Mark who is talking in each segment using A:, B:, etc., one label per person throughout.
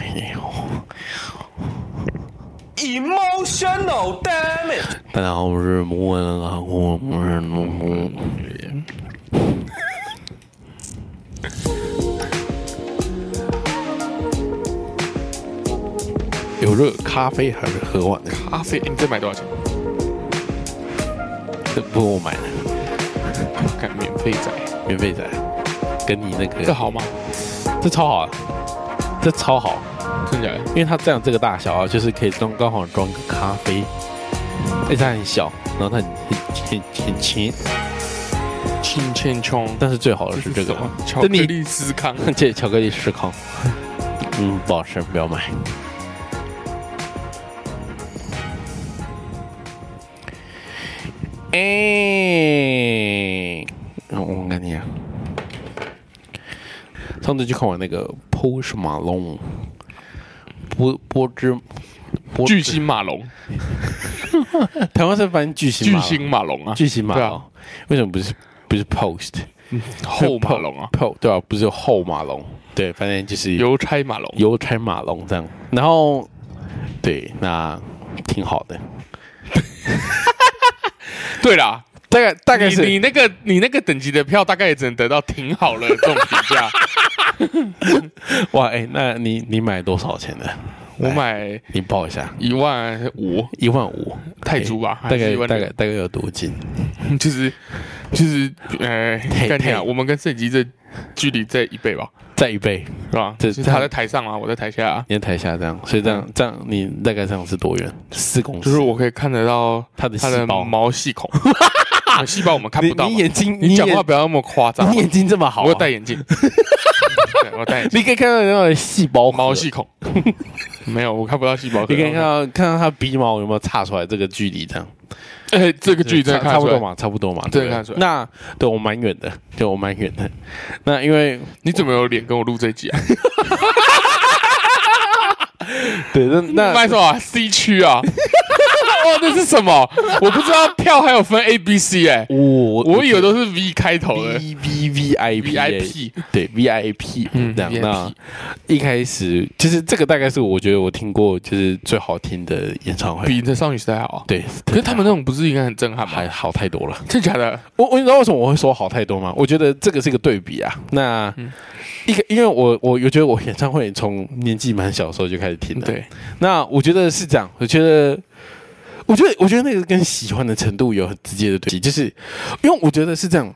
A: 哎
B: emotional damage。
C: 大家好，我是摩恩啊，我不是农夫。
A: 有热咖啡还是喝完的？
D: 咖啡，你这买多少钱？
A: 这不是我买的，
D: 看免费仔，
A: 免费仔，跟你那个
D: 这好吗？
A: 这超好啊，这超好，
D: 真的假的？
A: 因为它这样这个大小啊，就是可以装刚好装个咖啡，而且它很小，然后它很很很很轻，
D: 青千冲，
A: 但是最好的是这个嘛，
D: 巧克
A: 等你
D: 力司康，
A: 这巧克力失控，嗯，不好吃，不要买。哎，嗯我跟你讲，上次去看完那个 Post Malone，波波之 波之
D: 巨星马龙，
A: 台湾是翻巨星
D: 巨
A: 马龙
D: 星马龙啊，
A: 巨星马
D: 对啊
A: 龙，为什么不是不是 Post
D: 后马龙啊，
A: Po 对啊，不是后马龙，对，反正就是
D: 邮差马龙，
A: 邮差马龙这样，然后对，那挺好 的，
D: 对啦。
A: 大概大概
D: 你你
A: 是
D: 那个你那个等级的票，大概也只能得到挺好了这种评 价。
A: 哇，哎、那你你买多少钱的？
D: 我买
A: 你报一下，
D: 一万五
A: 一万五
D: 泰铢吧，
A: 大
D: 还是
A: 概
D: 一万
A: 大
D: 六
A: 概大概有多近？
D: 就是就是呃，
A: 太
D: 概念
A: 太
D: 啊，我们跟摄影机这距离在一倍吧，
A: 再一倍，
D: 是吧？
A: 这
D: 就是
A: 他
D: 他在台上啊，我在台下啊，
A: 你在台下这样，所以这样这样你大概这样是多远？四公
D: 嗯就
A: 尺，
D: 是我可以看得到
A: 它的
D: 他
A: 细
D: 的
A: 胞。
D: 毛 细孔，啊细胞我们看
A: 你
D: 不到
A: 你
D: 嘛。
A: 眼睛
D: 你
A: 眼
D: 讲话不要那么夸张
A: 你，眼睛这么好、啊
D: 我有戴，眼镜，对我戴眼镜
A: 你可以看到那的细胞
D: 毛 细，孔，没有，我看不到细胞核。
A: 你可以看到看到它鼻毛有没有差出来这个距离这样。
D: 哎，这个距离真的
A: 差
D: 看
A: 差不
D: 得出
A: 多
D: 来。
A: 嘛，差不多嘛，
D: 对
A: 对不对
D: 看得出来
A: 那对我蛮远的，对我蛮远的。那因为
D: 你怎么有脸跟我录这一集啊？
A: 对那 那
D: 卖什么啊 C 区啊？哇，这是什么？我不知道票还有分 A、B、C 哎，
A: 我
D: 我以为都是 V 开头欸的
A: V V V I P 欸
D: VIP。
A: 对 V I P
D: 嗯
A: 这样。
D: VIP
A: 那一开始就是这个大概是我觉得我听过就是最好听的演唱会，
D: 比你的少女时代好啊。
A: 对，
D: 可是他们那嗯种不是应该很震撼吗
A: 还？好太多了。
D: 真假的？
A: 我我你知道为什么我会说好太多吗？我觉得这个是一个对比啊。那
D: 嗯
A: 一个因为我我我觉得我演唱会从年纪蛮小的时候就开始听的，
D: 对，
A: 那我觉得是这样，我觉得，我觉得，我觉得那个跟喜欢的程度有很直接的对比，就是因为我觉得是这样，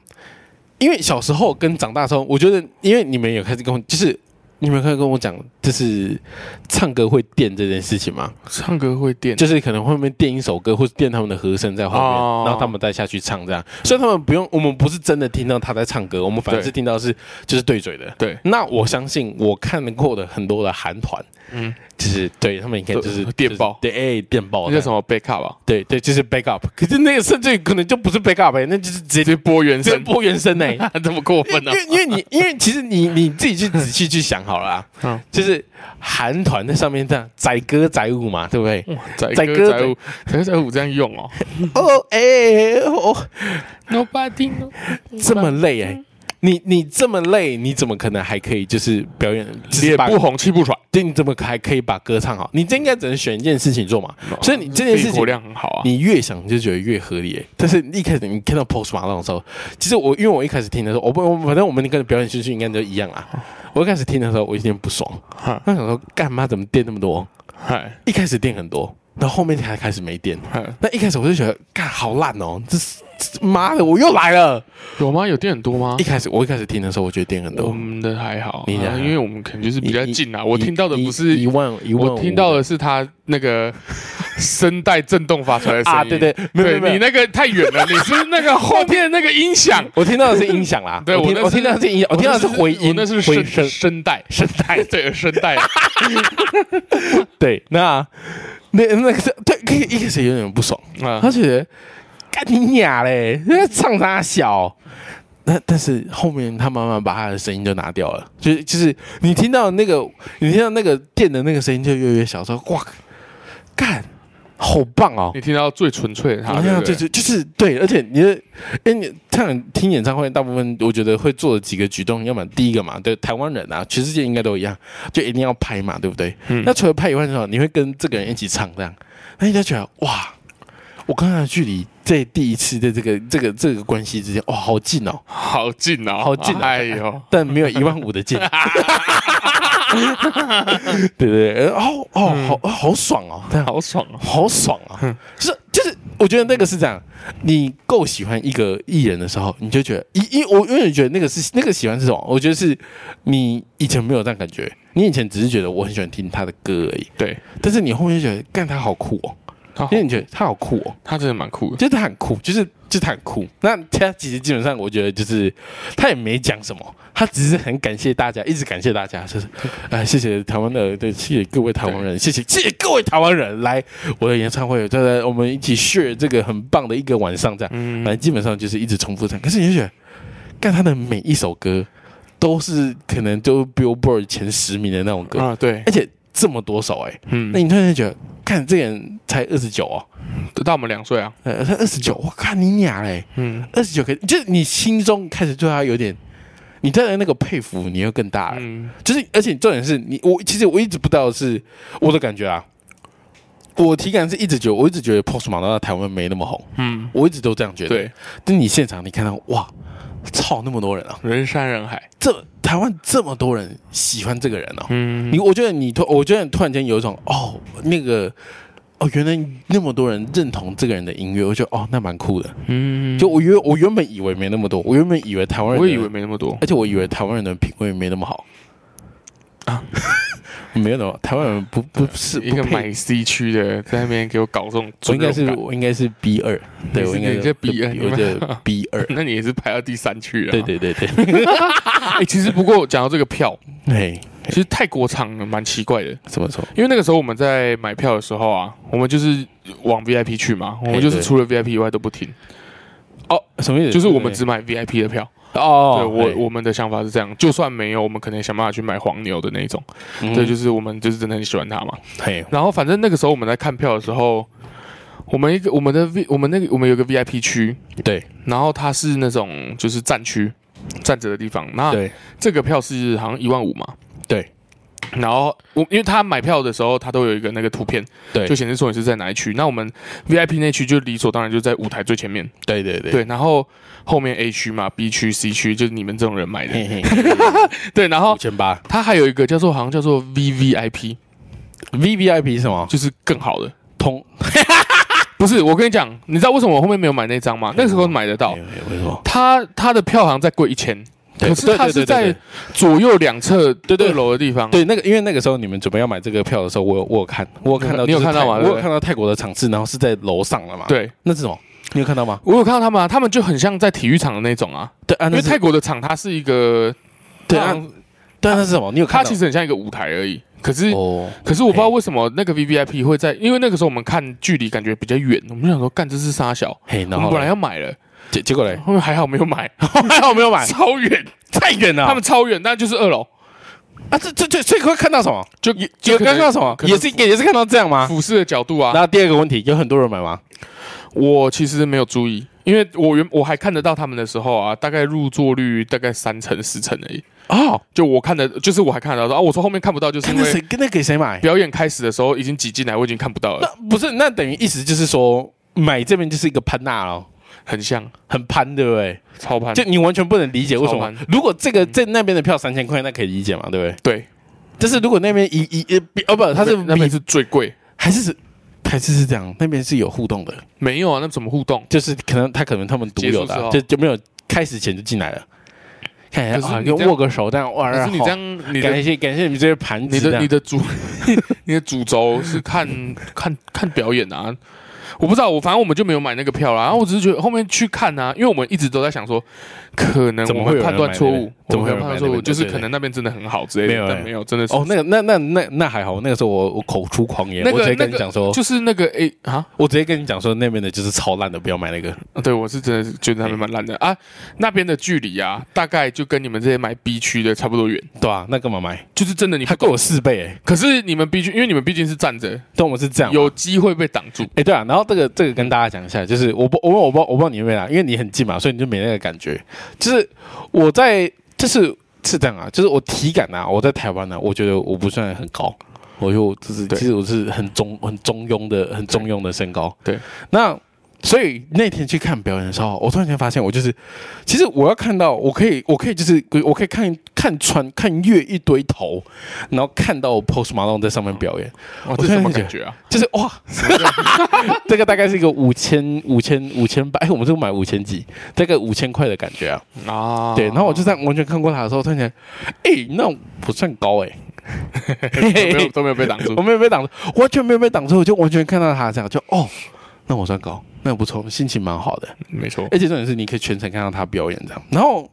A: 因为小时候跟长大之后，我觉得，因为你们有开始跟我，就是你们有开始跟我讲，就是唱歌会电这件事情嘛，
D: 唱歌会电，
A: 就是可能后面电一首歌，或是电他们的和声在后面，
D: 哦
A: 然后他们再下去唱这样。所以他们不用，我们不是真的听到他在唱歌，我们反而
D: 对
A: 是听到是就是对嘴的。
D: 对，
A: 那我相信我看过的很多的韩团，
D: 嗯
A: 嗯，就是对他们应该就是
D: 都电报
A: 就是对，哎，电报
D: 那叫什
A: 么？
D: 么 backup 啊？
A: 对对，就是 backup。可是那个甚至可能就不是 backup，、欸、那就是直
D: 直
A: 接
D: 接播原
A: 直接
D: 声，
A: 播原声呢、 欸
D: 这么过
A: 因为
D: 分呢、啊
A: 因为因为你因为其实你你自己去仔细去想好了啊，
D: 嗯
A: 就是韩团在上面这样载歌载舞嘛，对不对？
D: 载
A: 载
D: 歌
A: 歌
D: 载舞，载歌载舞这样 用哦。
A: 哦哎哦，
D: Nobody know
A: 这么累哎、你你这么累，你怎么可能还可以就是表演？
D: 脸
A: 脸
D: 不红气不喘，
A: 对，你怎么还可以把歌唱好？你这应该只能选一件事情做嘛。所以你这件事
D: 哦肺活
A: 情，
D: 量很好啊。
A: 你越想就觉得越合理、欸。但是一开始你看到 Post Malone 的时候，其实我因为我一开始听的时候，我不我反正我们跟表演顺序应该都一样啊。
D: 哦
A: 我一开始听的时候，我有点不爽，
D: 嗨
A: 那想说干嘛怎么电那么多？
D: 嗨
A: 一开始电很多，然后后面才开始没电。
D: 嗨，
A: 那一开始我就觉得干好烂哦，这是这妈的我又来了。
D: 有吗？有电很多吗
A: 一？开始我一开始听的时候，我觉得电很
D: 我
A: 多。
D: 们的还好啊，
A: 哎你的还好
D: 因为我们可能就是比较近啊。
A: 一
D: 我听到的
A: 一
D: 不是
A: 一，万一万五，
D: 我听到的是他那个 声带震动发出来的声音
A: 啊，对对，没有没
D: 对
A: 有没有
D: 你那个太远
A: 。
D: 了，你是那个后面那个音响
A: 我听到的是音响啦，
D: 对
A: 我听
D: 那
A: 我听到的是音响，我听到的是
D: 那
A: 回音，
D: 我那是
A: 回
D: 声
A: 声。
D: 声带，声带， 对，声 带。
A: 对，那那那个是对，可以一开始有点不爽，
D: 啊
A: 他觉得干你俩嘞，那唱啥小？那但是后面他慢慢把他的声音就拿掉了，就是就是你听到那个你听到那个电的那个声音就越来越小，说哇，干好棒哦！
D: 你听到最纯粹的他，
A: 好
D: 对
A: 像
D: 不
A: 对
D: 对
A: 对，就是对，而且你的，哎，你看听演唱会，大部分我觉得会做的几个举动，要么第一个嘛，对台湾人啊，全世界应该都一样，就一定要拍嘛，对不对？
D: 嗯
A: 那除了拍以外的时候，你会跟这个人一起唱这样，那你就觉得哇，我跟他的距离在第一次的这个这个这个关系之间，哇，好近哦，
D: 好近哦，
A: 好近啊
D: 哎呦，
A: 但没有一万五的 近。对对，对哦哦，好好爽哦，这样
D: 好爽哦，
A: 好爽啊！就是就是，我觉得那个是这样，你够喜欢一个艺人的时候，你就觉得，因因我永远觉得那个是那个喜欢是什么？我觉得是你以前没有这样感觉，你以前只是觉得我很喜欢听他的歌而已，
D: 对，
A: 但是你后面就觉得，干他好酷哦，
D: 他
A: 因为你觉得他好酷哦，
D: 他真的蛮酷的，
A: 就是他很酷，就是就是他很酷。那他其实基本上，我觉得就是他也没讲什么，他只是很感谢大家，一直感谢大家，就是 哎，谢谢台湾的，对，谢谢各位台湾人，谢谢谢谢各位台湾人来我的演唱会，对对，我们一起 share 这个很棒的一个晚上，这样，
D: 嗯
A: 反，正基本上就是一直重复唱。可是你就觉得，干他的每一首歌都是可能都 Billboard 前十名的那种歌，
D: 啊，对，
A: 而且这么多首哎、
D: 嗯
A: 哎那，你突然就觉得，看这个人才二十九哦，
D: 得到我们两岁啊，
A: 呃，他二十九，我看你俩嘞、
D: 嗯
A: 二十九个，就是你心中开始对他有点，你对他的那个佩服，你又更大了。
D: 嗯，
A: 就是，而且重点是你，我其实我一直不知道是我的感觉啊，我体感是一直觉得，我一直觉得 Post Malone 在台湾没那么红，
D: 嗯，
A: 我一直都这样觉得。，
D: 对，
A: 但你现场你看到哇，操那么多人啊，
D: 人山人海，
A: 这台湾这么多人喜欢这个人哦、
D: 嗯
A: 你我觉得你突，我觉得你突然间有一种哦，那个哦，原来那么多人认同这个人的音乐，我觉得哦，那蛮酷的。
D: 嗯，
A: 就我原我原本以为没那么多，我原本以为台湾人，
D: 我以为，没那么多
A: 而且我以为台湾人的品味没那么好
D: 啊，
A: 没有那么台湾人不不是
D: 一个
A: 不配
D: 买 C 区的在那边给我搞这种
A: 我
D: 尊
A: 应该
D: 荣
A: 是
D: 感，
A: 我应该是 B 二，对
D: 你是
A: 我应该
D: 你是 B2，
A: 我我的 B 二
D: 那你也是排到第三去了，
A: 对。对对对，
D: 哎，其实不过讲到这个票，
A: 嘿，
D: 其实泰国场蛮奇怪的，
A: 怎么说？
D: 因为那个时候我们在买票的时候啊，我们就是往 VIP 去嘛，我们就是
A: 对
D: 除了 VIP 以外都不听，
A: 哦，什么意思？
D: 就是我们只买 VIP 的票。对
A: 哦，
D: 我我们的想法是这样，就算没有，我们可能也想办法去买黄牛的那种。
A: 我
D: 对，就是我们就是真的很喜欢他嘛。
A: 嗯嘿，
D: 然后反正那个时候我们在看票的时候，我们一个我们的 V 我们那个我们有个 VIP 区，
A: 对
D: 然后它是那种就是站区站着的地方。那
A: 对
D: 这个票是好像一万五嘛。
A: 对。
D: 然后我因为他买票的时候，他都有一个那个图片，
A: 对
D: 就显示说你是在哪一区。那我们 VIP 那区就理所当然就在舞台最前面，
A: 对对对
D: 对。然后后面 A 区嘛、B 区、C 区就是你们这种人买的，
A: 嘿嘿，
D: 对。然后
A: 五千八
D: 它还有一个叫做好像叫做 VVIP，
A: ，V V I P 什么？
D: 就是更好的。
A: 通
D: 不是，我跟你讲，你知道为什么我后面没有买那张吗？那时候买得到
A: 没，有没有为什么？
D: 它它的票好像再贵一千，
A: 对
D: 可是
A: 对
D: 它
A: 对对
D: 是
A: 对
D: 在左右两侧对
A: 对
D: 对楼的地方。
A: 对，那个因为那个时候你们准备要买这个票的时候，我有我有看，我有看到
D: 你
A: 就
D: 有
A: 是
D: 看到吗
A: 泰
D: 对不
A: 我
D: 对
A: 有看到泰国的场次，然后是在楼上了嘛？，
D: 对，
A: 那是什么？你有看到吗？
D: 我有看到他们啊，他们就很像在体育场的那种啊，
A: 对啊，
D: 因
A: 那
D: 为
A: 是
D: 泰国的场它是一个，
A: 对
D: 它
A: 啊
D: 好像
A: 对啊，那是什么？你有
D: 它
A: 看到
D: 其？实很像一个舞台而已。可是
A: 哦，
D: 可是我不知道为什么那个 V V I P 会在，因为那个时候我们看距离感觉比较远，我们就想说干这是沙小，
A: 嘿，
D: 我
A: 然
D: 们
A: 后
D: 本来
A: 嘞
D: 要买了，
A: 结结 果嘞，
D: 后面还好没有买，
A: 还好没有买，啊
D: 超远，
A: 太远了。
D: 他们超远，但就是二楼，
A: 啊，这这这，所以会看到什么？
D: 就
A: 有看到什么？也
D: 也
A: 是
D: 是
A: 也是看到这样吗？
D: 俯视的角度啊
A: 然。后第二个问题，有很多人买吗？
D: 我其实没有注意，因为我原我还看得到他们的时候啊，大概入座率大概三成四成而已。
A: 哦，
D: 就我看的，就是我还看得到啊。我从后面看不到，就是
A: 看
D: 因
A: 那谁
D: 为
A: 跟那给谁买？
D: 表演开始的时候已经挤进来，我已经看不到
A: 那
D: 了，
A: 不是，那等于意思就是说，买这边就是一个潘娜咯，
D: 很像
A: 很潘，对不对？
D: 超盘。
A: 就你完全不能理解为什
D: 超嗯
A: 么
D: 潘。
A: 如果这个在那边的票三千块，那可以理解嘛，对不对？
D: 对，
A: 但是如果那边一一一比哦不，它是
D: 嗯那边
A: 比
D: 是最贵，
A: 还是还是是这样，那边是有互动的，
D: 没有啊，那怎么互动？
A: 就是可能他可能他们独有的啊、
D: 结束之
A: 就
D: 后
A: 就没有开始前就进来了，看一
D: 可
A: 下
D: 是
A: 啊，
D: 你
A: 跟
D: 这样
A: 握个手这样，哇，
D: 可是你这
A: 好
D: 样，你的
A: 感谢感谢你们这些盘
D: 你
A: 子这
D: 的
A: 样
D: 你的主你的主轴是看看看表演啊，我不知道，我反正我们就没有买那个票啦。然后我只是觉得后面去看啊，因为我们一直都在想说，可能
A: 怎么
D: 我
A: 会有人
D: 们判断错误
A: 买，那边怎么会有
D: 我们
A: 人
D: 判
A: 买那边
D: 断错误？
A: 对
D: 就是
A: 对
D: 可能那边真的很好之类的，
A: 没有欸
D: 但没有，真的是
A: 哦，那个那那那那还好，那个时候我我口出狂言，
D: 那个
A: 我直接跟你讲说，
D: 就是那个诶啊，哦
A: 我直接跟你讲说那边的就是超烂的，不要买那个。
D: 对我是真的是觉得他
A: 哎
D: 们蛮烂的啊。那边的距离啊，大概就跟你们这些买 B 区的差不多远，
A: 对啊，那干嘛买？
D: 就是真的你
A: 他
D: 不
A: 跟
D: 够。
A: 我四倍、欸，
D: 可是你们 B 区，因为你们毕竟是站着，
A: 但我是这样嘛。
D: 有机会被挡住。
A: 哎、对啊，然后这个这个跟大家讲一下，就是我不我我不我不知道你有没有啦，因为你很近嘛，所以你就没那个感觉。就是我在就是是这样啊，就是我体感啊，我在台湾呢、啊，我觉得我不算很高，我就就是
D: 对
A: 其实我是很中很中庸的很中庸的身高。
D: 对，
A: 那所以那天去看表演的时候，我突然间发现，我就是其实我要看到我可以我可以就是我可以看看穿看越一堆头，然后看到 Post Malone 在上面表演，
D: 哇，
A: 我
D: 这是什
A: 突然
D: 么
A: 间
D: 感觉啊？
A: 就是哇， 这个大概是一个五千五千五千八，哎，我们这个买五千几，大概五千块的感觉啊。
D: 啊，
A: 对，然后我就这样完全看过他的时候，突然间，哎，那我不算高哎、
D: 没 有都没有被挡住
A: 我。没有被挡住，完全没有被挡住，我就完全看到他这样，就哦，那我算高，那不错，心情蛮好的。
D: 没错，
A: 而且重点是，你可以全程看到他表演这样。然后，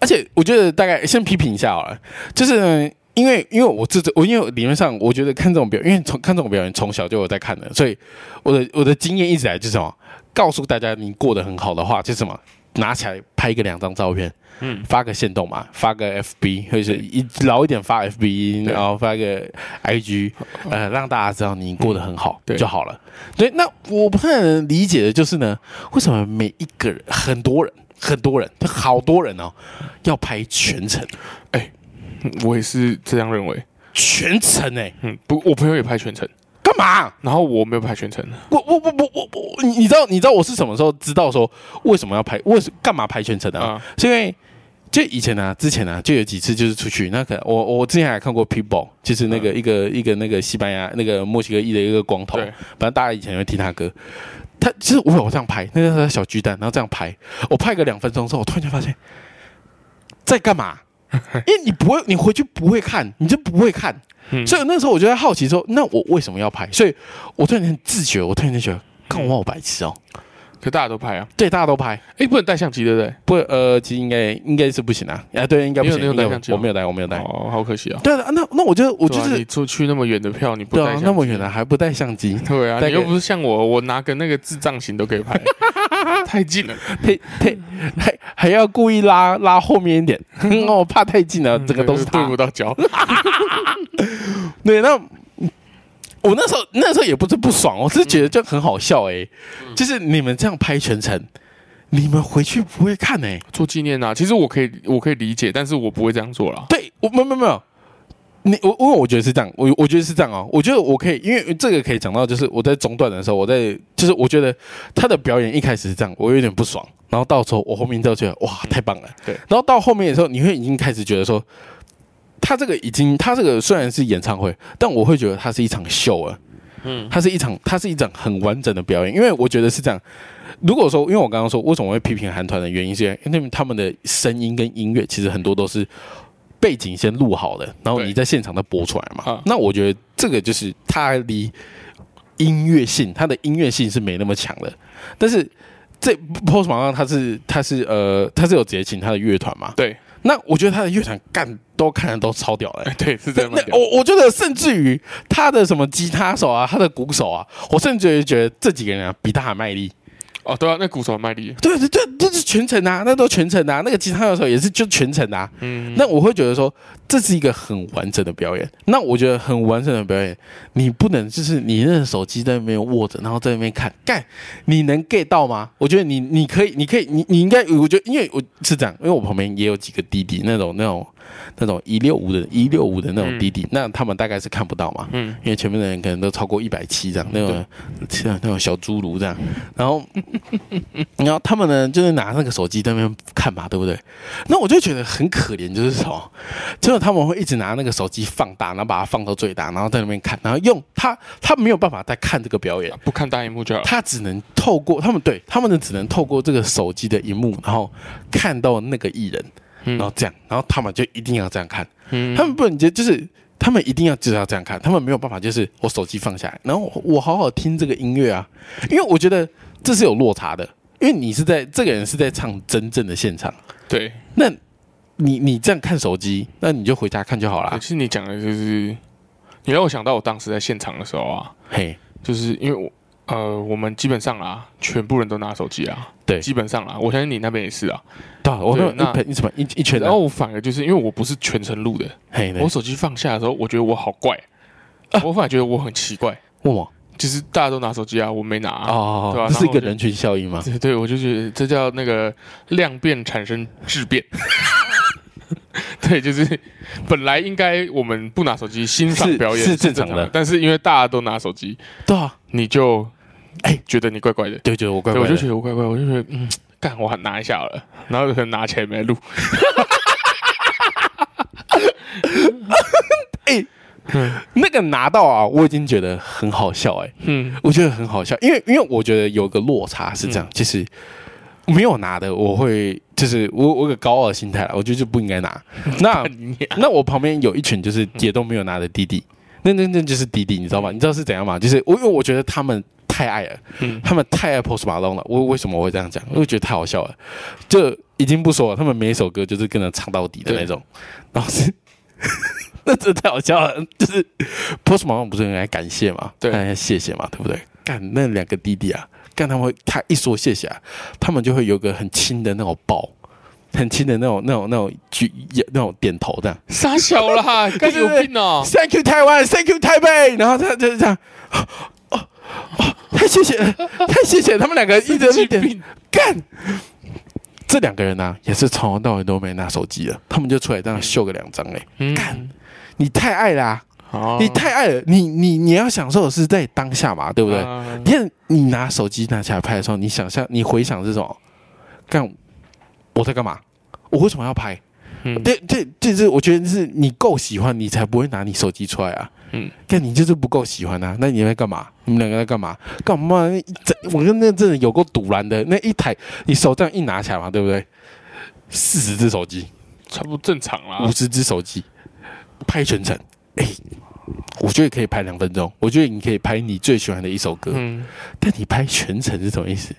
A: 而且我觉得大概先批评一下好了，就是呢因为因为我自己，我因为理论上我觉得看这种表演，因为从看这种表演从小就有在看的，所以我的我的经验一直以来就是什么，告诉大家你过得很好的话，就是什么。拿起来拍个两张照片，嗯，发个线动嘛，发个 FB 或者是一老一点发 FB，
D: 对
A: 然后发个 IG，呃，让大家知道你过得很好
D: 对
A: 就好了。对，那我不太能理解的就是呢，为什么每一个人、很多人、很多人、好多人哦，要拍全程、
D: 我也是这样认为。
A: 全程哎、
D: 嗯，不，我朋友也拍全程，
A: 干嘛？
D: 然后我没有拍全程。
A: 我我我我我我，你你知道你知道我是什么时候知道说为什么要拍，为什干嘛拍全程的、啊？
D: 啊，
A: 是因为就以前啊，之前啊，就有几次就是出去，那可我我之前还看过 People，就是那个一个、一个那个西班牙那个墨西哥裔的一个光头，
D: 嗯对，
A: 反正大家以前会听他歌。他其实我有这样拍，那个他小巨蛋，然后这样拍，我拍个两分钟之后，我突然间发现在干 嘛？因为你不会，你回去不会看，你就不会看。
D: 嗯
A: 所以那时候我就在好奇说，那我为什么要拍？所以我突然间自觉，我突然间
D: 嗯
A: 觉得，看我好白痴哦。
D: 可大家都拍啊。
A: 对，大家都拍，
D: 哎，不能带相机，对不对？
A: 不呃，其实应该应该是不行啊。啊，对，应该不行。
D: 你有你有带
A: 应该
D: 相机
A: 我
D: 吗
A: 没有带，我没有带。
D: 哦，好可惜啊。
A: 对啊，那那我就我就
D: 对啊
A: 是
D: 你出去那么远的票，你不
A: 对
D: 带
A: 啊
D: 相，机
A: 那么远了。还不带相机，
D: 对啊，
A: 带
D: 你
A: 给
D: 又不是像我，我拿个那个智障型都可以 拍，太近了。
A: 啊还还要故意拉拉后面一 点，因为我怕太近了，整个都是
D: 嗯对
A: 他
D: 不。到脚。
A: 对，那我那时候那时候也不是不爽，哦我是觉得就很好笑哎、
D: 嗯
A: 就是你们这样拍全程，你们回去不会看哎、
D: 做纪念啊，其实我可以，我可以理解，但是我不会这样做啦。
A: 对，我没有没有没有。你我因为我觉得是这样，我我觉得是这样哦，我觉得我可以，因为这个可以讲到，就是我在中段的时候，我在就是我觉得他的表演一开始是这样，我有点不爽，然后到时候我后面就觉得哇太棒了，
D: 对，
A: 然后到后面的时候，你会已经开始觉得说，他这个已经他这个虽然是演唱会，但我会觉得它是一场秀啊，嗯，它是一场它是一场很完整的表演，因为我觉得是这样。如果说，因为我刚刚说为什么会批评韩团的原因，是因为因为他们的声音跟音乐其实很多都是背景先录好的，然后
D: 对
A: 你在现场再播出来嘛
D: 啊。
A: 那我觉得这个就是它离音乐性，它的音乐性是没那么强的。但是这 Post Malone 他是他是呃他是有直接请他的乐团嘛？
D: 对，
A: 那我觉得他的乐团干都看的都超屌的、欸。
D: 对，是这样
A: 那
D: 哎的。
A: 我我觉得，甚至于他的什么吉他手啊，他的鼓手啊，我甚至于觉得这几个人啊，比他还卖力。
D: 哦，对啊，那鼓手很卖力。
A: 对对对，这是全程啊，那都全程啊，那个吉他手也是就全程啊。
D: 嗯，
A: 那我会觉得说，这是一个很完整的表演。那我觉得很完整的表演，你不能就是你那个手机在那边握着，然后在那边看，干，你能 get 到吗？我觉得你你可以，你可以，你你应该，我觉得因为我是这样，因为我旁边也有几个弟弟，那种那种那种一六五的一六五的那种弟弟，那他们大概是看不到嘛，
D: 嗯
A: 因为前面的人可能都超过一百七这样，那种像那种小侏儒这样，然后 然后他们呢就是拿那个手机在那边看嘛，对不对？那我就觉得很可怜，就是什么，就是他们会一直拿那个手机放大，然后把它放到最大，然后在那边看，然后用他他没有办法再看这个表演，
D: 不看大荧幕就好了。
A: 他只能透过他们对他们的只能透过这个手机的荧幕，然后看到那个艺人，
D: 嗯
A: 然后这样，然后他们就一定要这样看，
D: 嗯
A: 他们不能接，就是他们一定要就是要这样看，他们没有办法，就是我手机放下来，然后我我好好听这个音乐啊，因为我觉得这是有落差的，因为你是在这个人是在唱真正的现场，
D: 对，
A: 那你你这样看手机，那你就回家看就好啦
D: 其。实你讲的就是，你让我想到我当时在现场的时候啊，
A: 嘿，
D: 就是因为我呃，我们基本上啊，全部人都拿手机啊，
A: 对
D: 基本上啊，我相信你那边也是啊。
A: 对啊，我
D: 对
A: 那
D: 那
A: 一盆一什么一一圈的，
D: 然后我反而就是因为我不是全程录的，
A: 嘿，
D: 我
A: 我
D: 手机放下的时候，我觉得我好怪，
A: 啊
D: 我反而觉得我很奇怪，
A: 问我
D: 就是大家都拿手机啊，我没拿啊。
A: 哦
D: 对啊
A: 这是一
D: 然后我
A: 个
D: 就
A: 人群效应吗？
D: 对对，我就觉得这叫那个量变产生 质变。对，就是本来应该我们不拿手机欣赏
A: 是
D: 表演
A: 是
D: 正
A: 正常的
D: 但是因为大家都拿手机，
A: 对啊，
D: 你就
A: 哎
D: 觉得你怪怪的，
A: 对，觉得我怪
D: 对，
A: 怪
D: 我
A: 的
D: 就觉，得我怪怪，我就觉得嗯，干我拿一下好了， 然后可能拿起来没录，
A: 那个拿到啊，我已经觉得很好笑哎、
D: 嗯
A: 我觉得很好笑，因为因为我觉得有个落差是这样，其实没有拿的，我会就是我我有个高傲的心态啦，我觉得就不应该拿。那那我旁边有一群
D: 嗯
A: 就是也都没有拿的弟弟，那那那就是弟弟，你知道吗？你知道是怎样吗？就是我因为我觉得他们太爱了，
D: 嗯
A: 他们太爱 Post Malone 了。我为什么我会这样讲？因为觉得太好笑了，就已经不说了，他们每一首歌就是跟着唱到底的那种，然后是。那真的太好笑了，就是 Post Malone 不是很爱感谢嘛，
D: 对
A: 他很爱谢谢嘛，对不对？干那两个弟弟啊，干他们会，他一说谢谢啊，他们就会有个很轻的那种抱，很轻的那种、那种、那种举、那种点头这样。
D: 傻小啦，干有病哦、
A: Thank you 台湾，Thank you 台北，然后他就是这样，哦哦，太谢谢 了，太谢谢了，他们两个一直在
D: 神经
A: 点
D: 病
A: 干。这两个人呢、啊，也是从头到尾都没拿手机的，他们就出来这样秀个两张哎、
D: 嗯，
A: 你太爱啦、
D: 好
A: 你太爱了，你你你要享受的是在当下嘛，对不对？
D: 啊
A: 你看你拿手机拿起来拍的时候，你想象你回想是什么？干我在干嘛？我为什么要拍？
D: 嗯
A: 对对，这是我觉得是你够喜欢，你才不会拿你手机出来啊。
D: 嗯
A: 嗯，但你就是不够喜欢啊。那你在干嘛？你们两个在干嘛？干嘛？这我跟那真的有够堵然的，那一台你手这样一拿起来嘛，对不对？四十只手机，
D: 差不多正常啦
A: 五，十只手机拍全程，哎、我觉得可以拍两分钟。我觉得你可以拍你最喜欢的一首歌，
D: 嗯，
A: 但你拍全程是什么意思？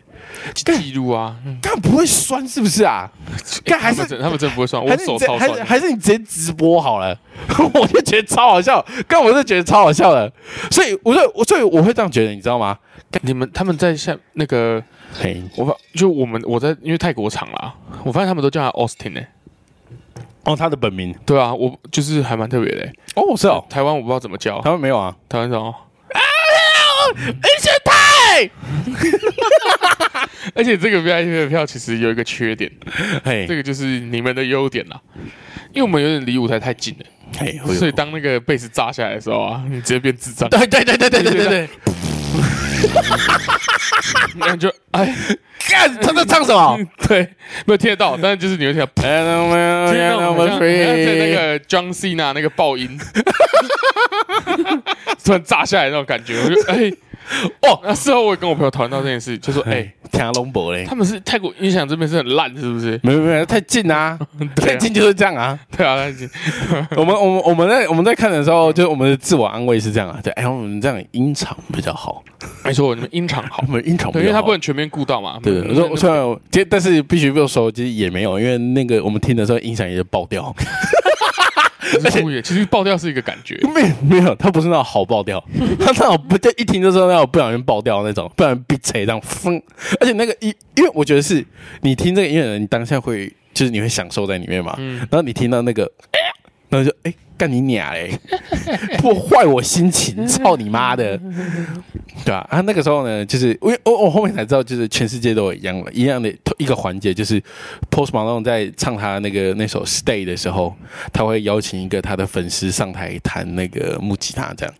A: 干
D: 记录啊，嗯
A: 干不会酸是不是啊？干还是
D: 他们真他们真不会算，我
A: 还是
D: 手
A: 你直接
D: 超
A: 还是
D: 酸，
A: 还是你直接直播好了， 我就觉得超好笑，干我就觉得超好笑了，所以我就我所以我会这样觉得，你知道吗？
D: 你们他们在下那个
A: 嘿，
D: 我发就我们我在因为泰国场啦，我发现他们都叫他 Austin 呢、
A: 哦，他的本名
D: 对啊，我就是还蛮特别的、欸。
A: 哦是哦，
D: 台湾我不知道怎么叫，
A: 他们没有啊，
D: 台湾什么？
A: 而且太
D: 而且这个 VIP 的票其实有一个缺点，
A: 嗯
D: 这
A: 嘿
D: 个就是你们的优点啦，因为我们有点离舞台太近了，
A: 嘿，
D: 所
A: 所
D: 以
A: 以
D: 当那个贝斯炸下来的时候啊，你直接变智障，
A: 对对对对对对对 对，
D: 然后你就哎，
A: 干他在唱什么？
D: 对，没有听得到，但是就是你会 听到，
A: And I'm free,
D: 听得
A: and
D: 到好像
A: Oh, I'm
D: 好像在那
A: free。
D: 个 John Cena 那个爆音， 突然炸下来那种感觉，我就哎。哦，那事后我也跟我朋友讨论到这件事，就说：“哎、
A: 哎，听龙博嘞，
D: 他们是泰国音响这边是很烂，是不是
A: 没有没有，太近啦、啊，
D: 对啊
A: 太近就是这样啊。？”
D: 对啊，那已经
A: 我们我们我们在我们在看的时候，就是我们的自我安慰是这样啊，对，哎，我们这样音场比较好，
D: 没错，你们音场好
A: 我，们音场比
D: 对，
A: 较好
D: 因为他不能全面顾到嘛。嗯
A: 对，我说虽然我其实但是必须不说，其实也没有，因为那个我们听的时候音响也爆掉，
D: 我是故意的，其实爆掉是一个感觉。
A: 没有没有，它不是那种好爆掉， 它那种不就一听就知道那种不小心爆掉的那种，不然被锤这样风，而且那个音，因为我觉得是你听这个音乐的人，你当下会就是你会享受在里面嘛，然后你听到那个，哎然后就哎干你娘嘞， 破坏我心情，操你妈的，对吧、啊？啊，那个时候呢，就是因为我我后面才知道，就是全世界都有一样的一样的一个环节，就是 Post Malone 在唱他那个那首 Stay 的时候，他会邀请一个他的粉丝上台弹那个木吉他，这样。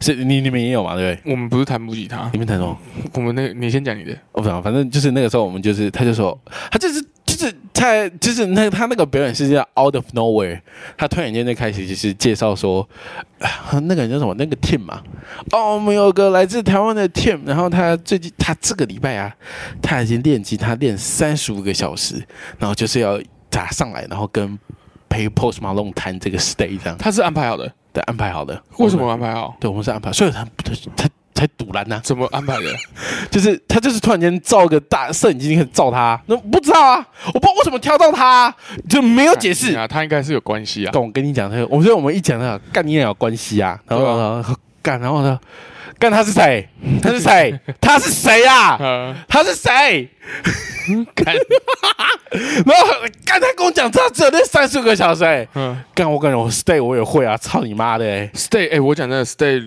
A: 是你你们也有嘛？对不对？
D: 我们不是弹木吉他
A: 你，们弹什么？
D: 我们那个你先讲你的，
A: 我不知道，反正就是那个时候，我们就是，他就说，他就是就是他就是那他那个表演是叫 out of nowhere，他突然间就开始就是介绍说，啊那个人叫什么？那个 Tim 嘛，哦，我们有个来自台湾的 Tim，然后他最近他这个礼拜啊，他已经练吉他练三十五个小时，然后就是要砸上来，然后跟陪 Post Malone 谈这个 stay 这样
D: 他是安排好的，
A: 的安排好的。
D: 为什
A: 我
D: 么
A: 们？
D: 安排好？
A: 对，我们是安排，所以他他他才堵拦呐，
D: 怎么安排的？
A: 就是他就是突然间照个大摄影机开始照他，那不知道啊，我不知道为什么挑到 他、就没有解释。
D: 啊，他应该是有关系啊。
A: 跟我跟你讲，他我说我们一讲他干你也有关系啊，然后
D: 对
A: 然后干，然后呢，干他是谁？他是 谁？他是谁啊？
D: 呃，
A: 他是谁？
D: 看，
A: 然后干他跟我讲，他只有那三十个小时、欸，
D: 嗯
A: 干我感觉我 stay 我也会啊，操你妈的、欸，
D: ，stay，哎，我讲真的，stay，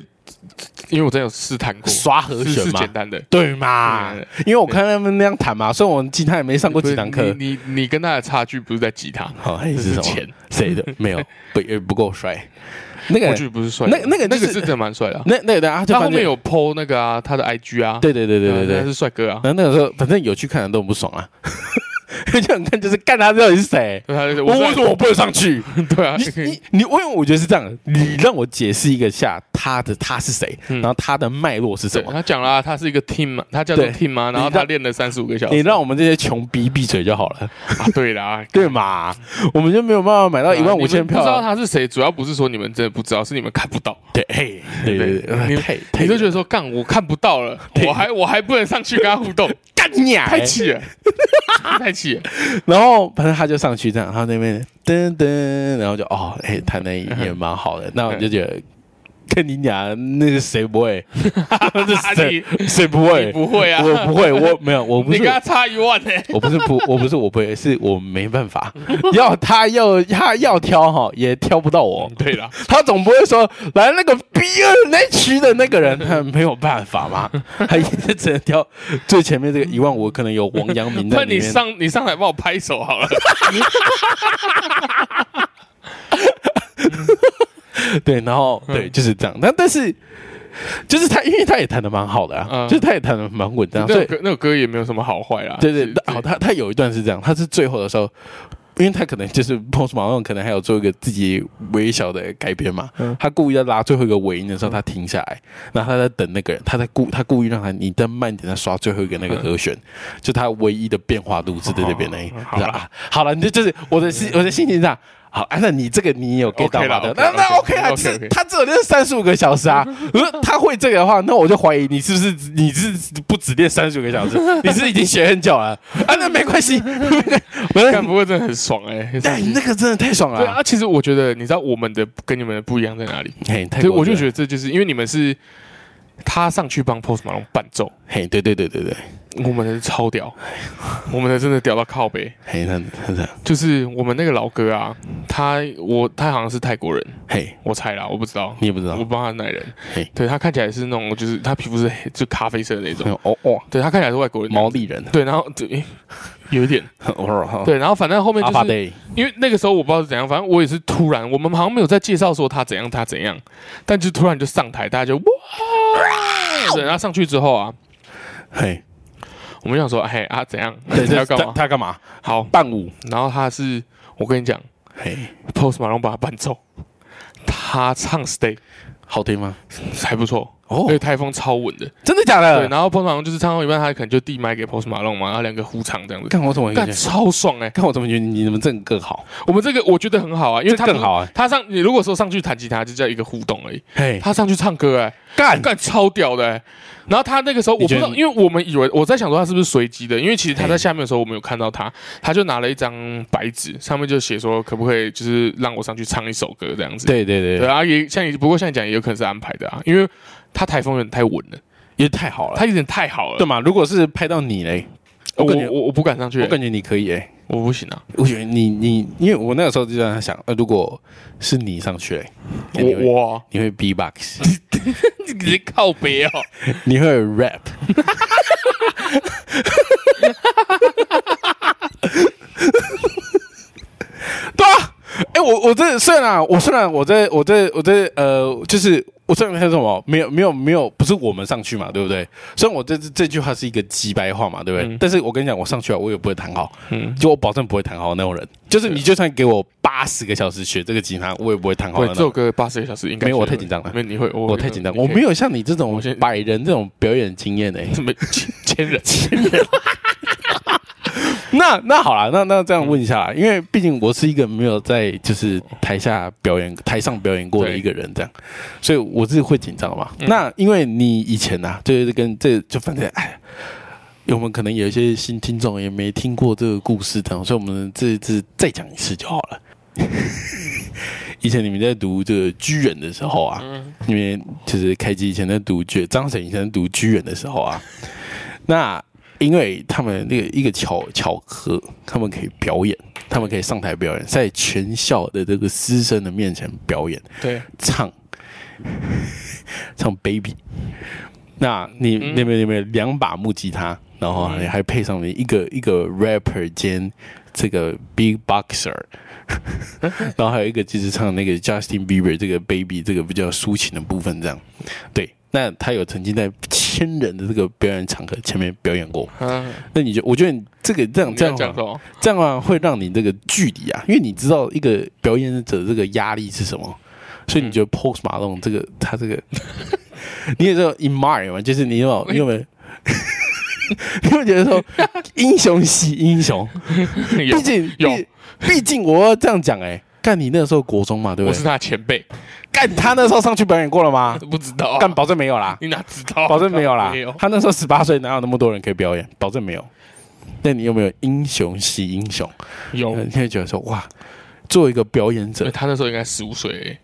D: 因为我真的有试探过，
A: 刷和
D: 是
A: 弦
D: 是
A: 嘛
D: 简，单的。
A: 对嘛
D: 对？
A: 因为我看他们那样弹嘛，虽然我吉他也没上过几堂
D: 不
A: 课
D: 是，你你你跟他的差距不是在吉他，
A: 好，还是什么
D: 钱？
A: 谁 的？没有，不也不够帅。那
D: 我
A: 个
D: 觉，得不是帅的，
A: 哎那那个就
D: 那个
A: 是
D: 是真的蛮帅的啊。
A: 那那个，啊，就
D: 他
A: 反
D: 后
A: 正
D: 面，有 PO 那个啊，他的 IG 啊，
A: 对对对对对对
D: 他。是帅哥啊。
A: 然后那个时候，反正有去看的都很不爽啊， 就很看就是干他到底是谁？
D: 对，他就是
A: 我为什么我
D: 我
A: 不能上 去？
D: 不对啊？
A: 你你你，因为我觉得是这样，你让我解释一个下他的他是谁，
D: 嗯
A: 然后他的脉络是什
D: 对，
A: 么。
D: 他讲了啊，他是一个 team 嘛，他叫做
A: 对
D: team 嘛，然后
A: 你让
D: 他练了三十五个小时。
A: 你让我们这些穷逼闭嘴就好了，
D: 啊，对啦，
A: 对嘛？我们就没有办法买到一万五千
D: 你们不
A: 票
D: 知道
A: 啊。
D: 他是谁，主要不是说你们真的不知道，是你们看不到。
A: 对，嘿，对对对，太
D: 你
A: 太
D: 就觉得说，干，我看不到了，
A: 对
D: 我还我还不能上去跟他互动，
A: 干你啊！
D: 太气了，太气了。
A: 然后反正他就上去这样，他那边噔噔，然后就哦，哎、弹的也蛮好 的。那我就觉得，跟你讲，那个谁不 会， 这谁谁不
D: 你
A: 会？
D: 不会啊？
A: 我不会，我没有，我不
D: 你
A: 是
D: 跟，他差一万呢、
A: 我不是不，我不是我不会，是我没办 法。要他要他要挑哈，也挑不到我。
D: 对啦，
A: 他总不会说来那个 B 二那区的那个人，他 没有办法嘛， 他也只能挑最前面这个一万五，可能有王阳明在
D: 那
A: 里
D: 你
A: 面。
D: 上你上来帮我拍手好了。
A: 对，然后对就是这样。但但是就是他，因为他也弹的蛮好的啊，
D: 嗯
A: 就是他也弹的蛮稳当，
D: 那
A: 啊所
D: 首
A: 以
D: 歌那首歌也没有什么好坏啦。
A: 对对
D: 啊是，
A: 哦，他他有一段是这样，他是最后的时候。因为他可能就是 Post Malone 可能还有做一个自己微小的改编嘛，
D: 嗯
A: 他故意要拉最后一个尾音的时候，他停下来，然后他在等那个人，他在故他故意让他你再慢一点，再刷最后一个那个和弦，就他唯一的变化度是在这边而已。
D: 嗯哦好啦
A: 是吧啊，好了，你就就是我的心我的心情上，好，哎、那你这个你有 get 到
D: OK
A: 吗？
D: 啦
A: 对
D: OK
A: 那
D: 啦
A: 那 OK
D: OK 啦
A: 啊，就
D: OK，
A: 是
D: OK
A: 他只有练三十五个小时 啊。如果他会这个的话，那我就怀疑你是不是你是不只练三十五个 小时，你是已经学很久了啊？那没关系，不是
D: 干不过真的很爽哎、
A: 哎， 那个真的太爽了、
D: 对啊，其实我觉得你知道我们的跟你们的不一样在哪里？
A: 嘿，太
D: 对，
A: 过
D: 我就
A: 分
D: 觉得这就是因为你们是他上去帮 Post Malone 伴奏，
A: 嘿，对对对对对，
D: 我们的是超屌，
A: 哎
D: 我们的真的屌到靠背。
A: 嘿，他他这样，
D: 就是我们那个老哥啊，他我他好像是泰国人，
A: 嘿，
D: 我猜啦，我不知道，
A: 你也不知道
D: 我，不知道他哪里人
A: 嘿。
D: 对他看起来是那种，就是他皮肤是黑，就咖啡色的那种。
A: 哦哦，
D: 对他看起来是外国人。
A: 毛利 人，
D: 对，然后对，诶有一点
A: 哦，
D: 对，然后反正后面
A: 阿
D: 就
A: 帕
D: 是
A: 对，
D: 因为那个时候我不知道是怎样，反正我也是突然，我们好像没有在介绍说他怎样他怎样，但就突然就上台，大家就哇，对然后上去之后啊，
A: 嘿，
D: 我们就想说，嘿啊怎样，
A: 对，
D: 他
A: 这
D: 要干
A: 他
D: 嘛？
A: 他干嘛？
D: 好，
A: 伴舞，
D: 然后他是我跟你讲。
A: 嘿，
D: Post Malone 把他伴奏，他唱 Stay
A: 好听吗？
D: 还不错，
A: 哦
D: 因为台风超稳的。
A: 真的假
D: 对，
A: 的？
D: 然后 Post Malone 就是唱到一半，他可能就递麦给 Post Malone 嘛，然后两个互唱这样子，
A: 看我怎么感
D: 干
A: 觉？
D: 超爽哎、
A: 看我怎么觉得你怎么这个更好？
D: 我们这个我觉得很好啊，因为他
A: 这更好啊
D: 他上你如果说上去弹吉他就叫一个互动而已，
A: 嘿，
D: 他上去唱歌哎、
A: 干
D: 干超屌的、欸。然后他那个时候我
A: 你
D: 不
A: 觉
D: 知
A: 得
D: 道，因为我们以为我在想说他是不是随机的，因为其实他在下面的时候我们有看到
A: 嗯
D: 他，他就拿了一张白纸，上面就写说可不可以就是让我上去唱一首歌这样子。
A: 对对对
D: 对啊，也像你不过像你讲，也有可能是安排的啊，因为他台风有点太稳了，
A: 也太好了，
D: 他有点太好
A: 哦对
D: 了。
A: 嘛？如果是拍到你嘞，
D: 我
A: 我感觉
D: 我我不敢上去、欸
A: 我感觉你可以诶、
D: 我不行啊，
A: 我觉得你你，因为我那个时候就在想，呃，如果是你上去嘞，
D: 我
A: 你会
D: 我
A: 你会 B box，
D: 你直接靠别哦，
A: 你会 rap，对啊，哎、我我这虽然啊，我虽然我在我在我在呃，就是我虽然还有什么没有没有没有，不是我们上去嘛，对不对？虽然我这这句话是一个鸡白话嘛，对不对？
D: 嗯
A: 但是我跟你讲，我上去啊，我也不会弹好，
D: 嗯，
A: 就我保证不会弹好的那种人。就是你就算给我八十个小时学这个吉他，我也不会弹好
D: 对，
A: 的
D: 这
A: 那
D: 首
A: 种。
D: 歌八十个小时应该
A: 没有我
D: 学得
A: 太紧张了
D: 没有你会我
A: 我太紧张，我
D: 没
A: 没有像你这种
D: 我先
A: 欸 百人这种表演经验诶、
D: 什么千千人，
A: 那那好啦，那那这样问一下
D: 嗯
A: 啦，因为毕竟我是一个没有在就是台下表演、台上表演过的一个人，这样，所以我是会紧张嘛。
D: 嗯
A: 那因为你以前啊，就是跟这就反正哎，因为我们可能有一些新听众也没听过这个故事，这样，所以我们这次再讲一次就好了。 以前你们在读这个居人的时候啊，
D: 嗯
A: 因为就是开机以前在读剧，张沈以前在读剧院的时候啊，那因为他们那个一个巧巧合，他们可以表演，他们可以上台表演，在全校的这个师生的面前表演
D: 对，
A: 唱 唱 baby。那你
D: 嗯
A: 那边那边两把木吉他，然后还
D: 嗯
A: 还配上了一个一个 rapper 兼这个 big boxer，然后还有一个就是唱那个 Justin Bieber 这个 baby 这个比较抒情的部分，这样。对，那他有曾经在千人的这个表演场合前面表演过。
D: 嗯，
A: 那你就我觉得你这个 这样
D: 你
A: 这
D: 在
A: 样
D: 讲
A: 的
D: 什
A: 话
D: 么？
A: 这样啊会让你这个距离啊，因为你知道一个表演者这个压力是什么，所以你
D: 嗯
A: 觉得 Post Malone 这个他这个，你也知道 In My 嘛，就是你有没有你有没 有？你有没有觉得说英雄惜英雄？
D: 有
A: 毕竟
D: 有，
A: 毕毕竟我要这样讲哎、干你那时候国中嘛，对不
D: 我是
A: 对？
D: 他的前辈，
A: 干他那时候上去表演过了吗？
D: 不知道啊，
A: 干保证没有啦，
D: 你哪知道？啊
A: 保证没有啦
D: 哦没有。。
A: 他那时候十八岁，哪有那么多人可以表演？保证没有。那你有没有英雄惜英雄？
D: 有
A: 你会觉得说哇，作为一个表演
D: 对
A: 者，
D: 他那时候应该十五岁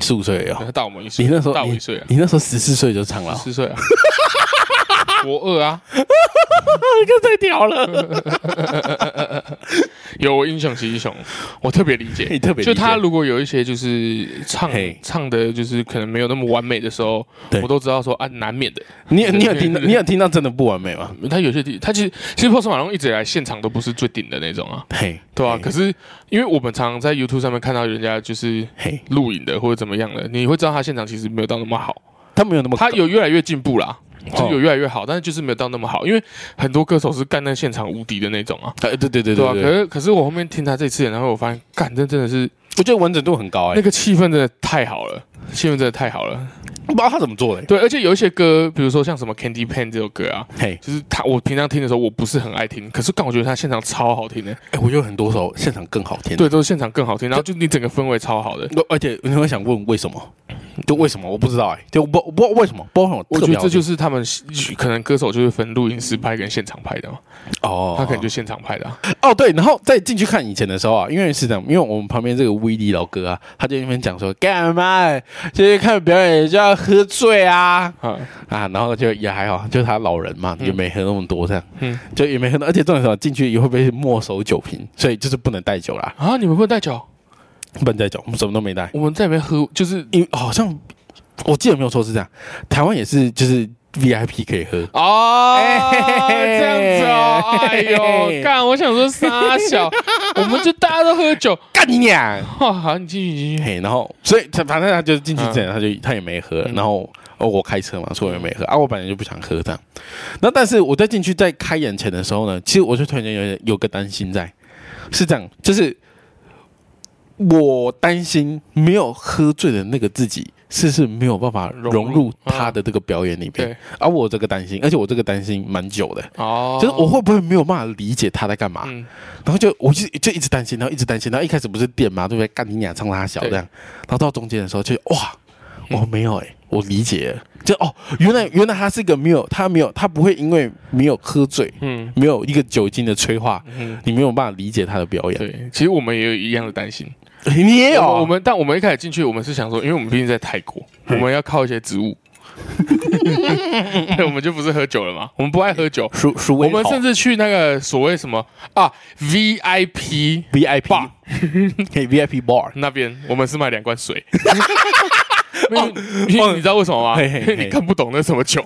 A: 十五岁
D: 而已，
A: 哦，
D: 他大我们一岁，
A: 你那时候
D: 大我
A: 你
D: 一岁啊，
A: 你那时候十四岁就 唱了哦，
D: 十岁啊，国二啊，
A: 这个太屌了。
D: 有我英雄惜英雄，我特别理解，
A: 你特别理
D: 就
A: 解
D: 他如果有一些就是唱
A: 嘿
D: 唱的，就是可能没有那么完美的时候
A: 对，
D: 我都知道说啊，难免的。
A: 你你有听到你有听到真的不完美吗？
D: 他有些地，他其实其实 Post Malone 一直以来现场都不是最顶的那种啊，
A: 嘿，
D: 对啊。
A: 嘿
D: 可是因为我们常常在 YouTube 上面看到人家就是
A: 嘿，
D: 录影的或者怎么样的，你会知道他现场其实没有到那么好，
A: 他没有那么
D: 他
A: 高
D: 有越来越进步啦。就
A: 哦
D: 有越来越好，但是就是没有到那么好，因为很多歌手是干在现场无敌的那种啊，
A: 哎，对对对
D: 对啊。
A: 对
D: 可
A: 对，
D: 是可是我后面听他这次演唱会，我发现干这真的是
A: 我觉得完整度很高
D: 那
A: 哎，
D: 个气氛真的太好了，气氛真的太好了。
A: 不知道他怎么做的。
D: 对，而且有一些歌，比如说像什么《Candy Pan》这首歌啊，
A: 嘿，
D: 就是他我平常听的时候我不是很爱听，可是但我觉得他现场超好听的，
A: 哎，我觉得很多首现场更好听。
D: 对，都是现场更好听，然后就你整个氛围超好的。
A: 我，而且你会想问为什么？就为什么我不知道哎，就我不我不知道为什么，包括
D: 我觉得这就是是他们可能歌手就是分录音师拍跟现场拍的嘛，
A: 哦，
D: 他可能就现场拍 的、啊，
A: 哦，对，然后再进去看以前的时候啊，因为是这样，因为我们旁边这个威利老哥啊，他就一边讲说干嘛，就是看表演就要喝醉啊
D: 啊，
A: 啊，然后就也还好，就他老人嘛，
D: 嗯
A: 也没喝那么多这样，
D: 嗯
A: 就也没喝那，而且重点是什么进去也会被没收酒瓶，所以就是不能带酒啦，
D: 啊，你们不能带酒，
A: 不能带酒，我们什么都没带，
D: 我们在里面喝就是
A: 因为好像我记得没有错是这样，台湾也是就是 VIP 可以喝，
D: 哦，
A: 哎
D: 这样子哦，哎
A: 嘿
D: 呦，干，我想说傻小， 我们就大家都喝酒，
A: 干你娘！
D: 哇，好，你继续，你继续，
A: 嘿，然后所以他反正他就进去之前，他就他也没喝，
D: 嗯
A: 然后哦我开车嘛，所以我也没喝啊，我本来就不想喝这样。那但是我在进去在开演前的时候呢，其实我就突然间有点有个担心在，是这样，就是我担心没有喝醉的那个自己。是是没有办法
D: 融
A: 融
D: 入嗯
A: 入他的这个表演里面
D: 对，，
A: 而、我有这个担心，而且我这个担心蛮久的，
D: 哦，
A: 就是我会不会没有办法理解他在干嘛？
D: 嗯，
A: 然后就我就就一直担心，然后一直担心，然后一开始不是电嘛，对不对？干你俩唱他小
D: 对
A: 这样，然后到中间的时候就哇，
D: 嗯
A: 我没有哎、我理解了，就哦，原来原来他是一个没有他没有他不会因为没有喝醉，
D: 嗯
A: 没有一个酒精的催化，
D: 嗯，
A: 你没有办法理解他的表演。
D: 对，其实我们也有一样的担心，
A: 你也有
D: 我们
A: 啊
D: 我们但我们一开始进去，我们是想说，因为我们毕竟在泰国，我们要靠一些植 物，对，我们就不是喝酒了嘛，我们不爱喝酒，
A: 鼠鼠
D: 我
A: 尾
D: 们
A: 草
D: 甚至去那个所谓什么啊 VIP
A: VIP
D: bar
A: 可以 VIP bar，
D: 那边，我们是买两罐 水。因为因为你知道为什么吗？
A: 哦嘿嘿
D: 因为你
A: 嘿
D: 看不懂那什么 酒，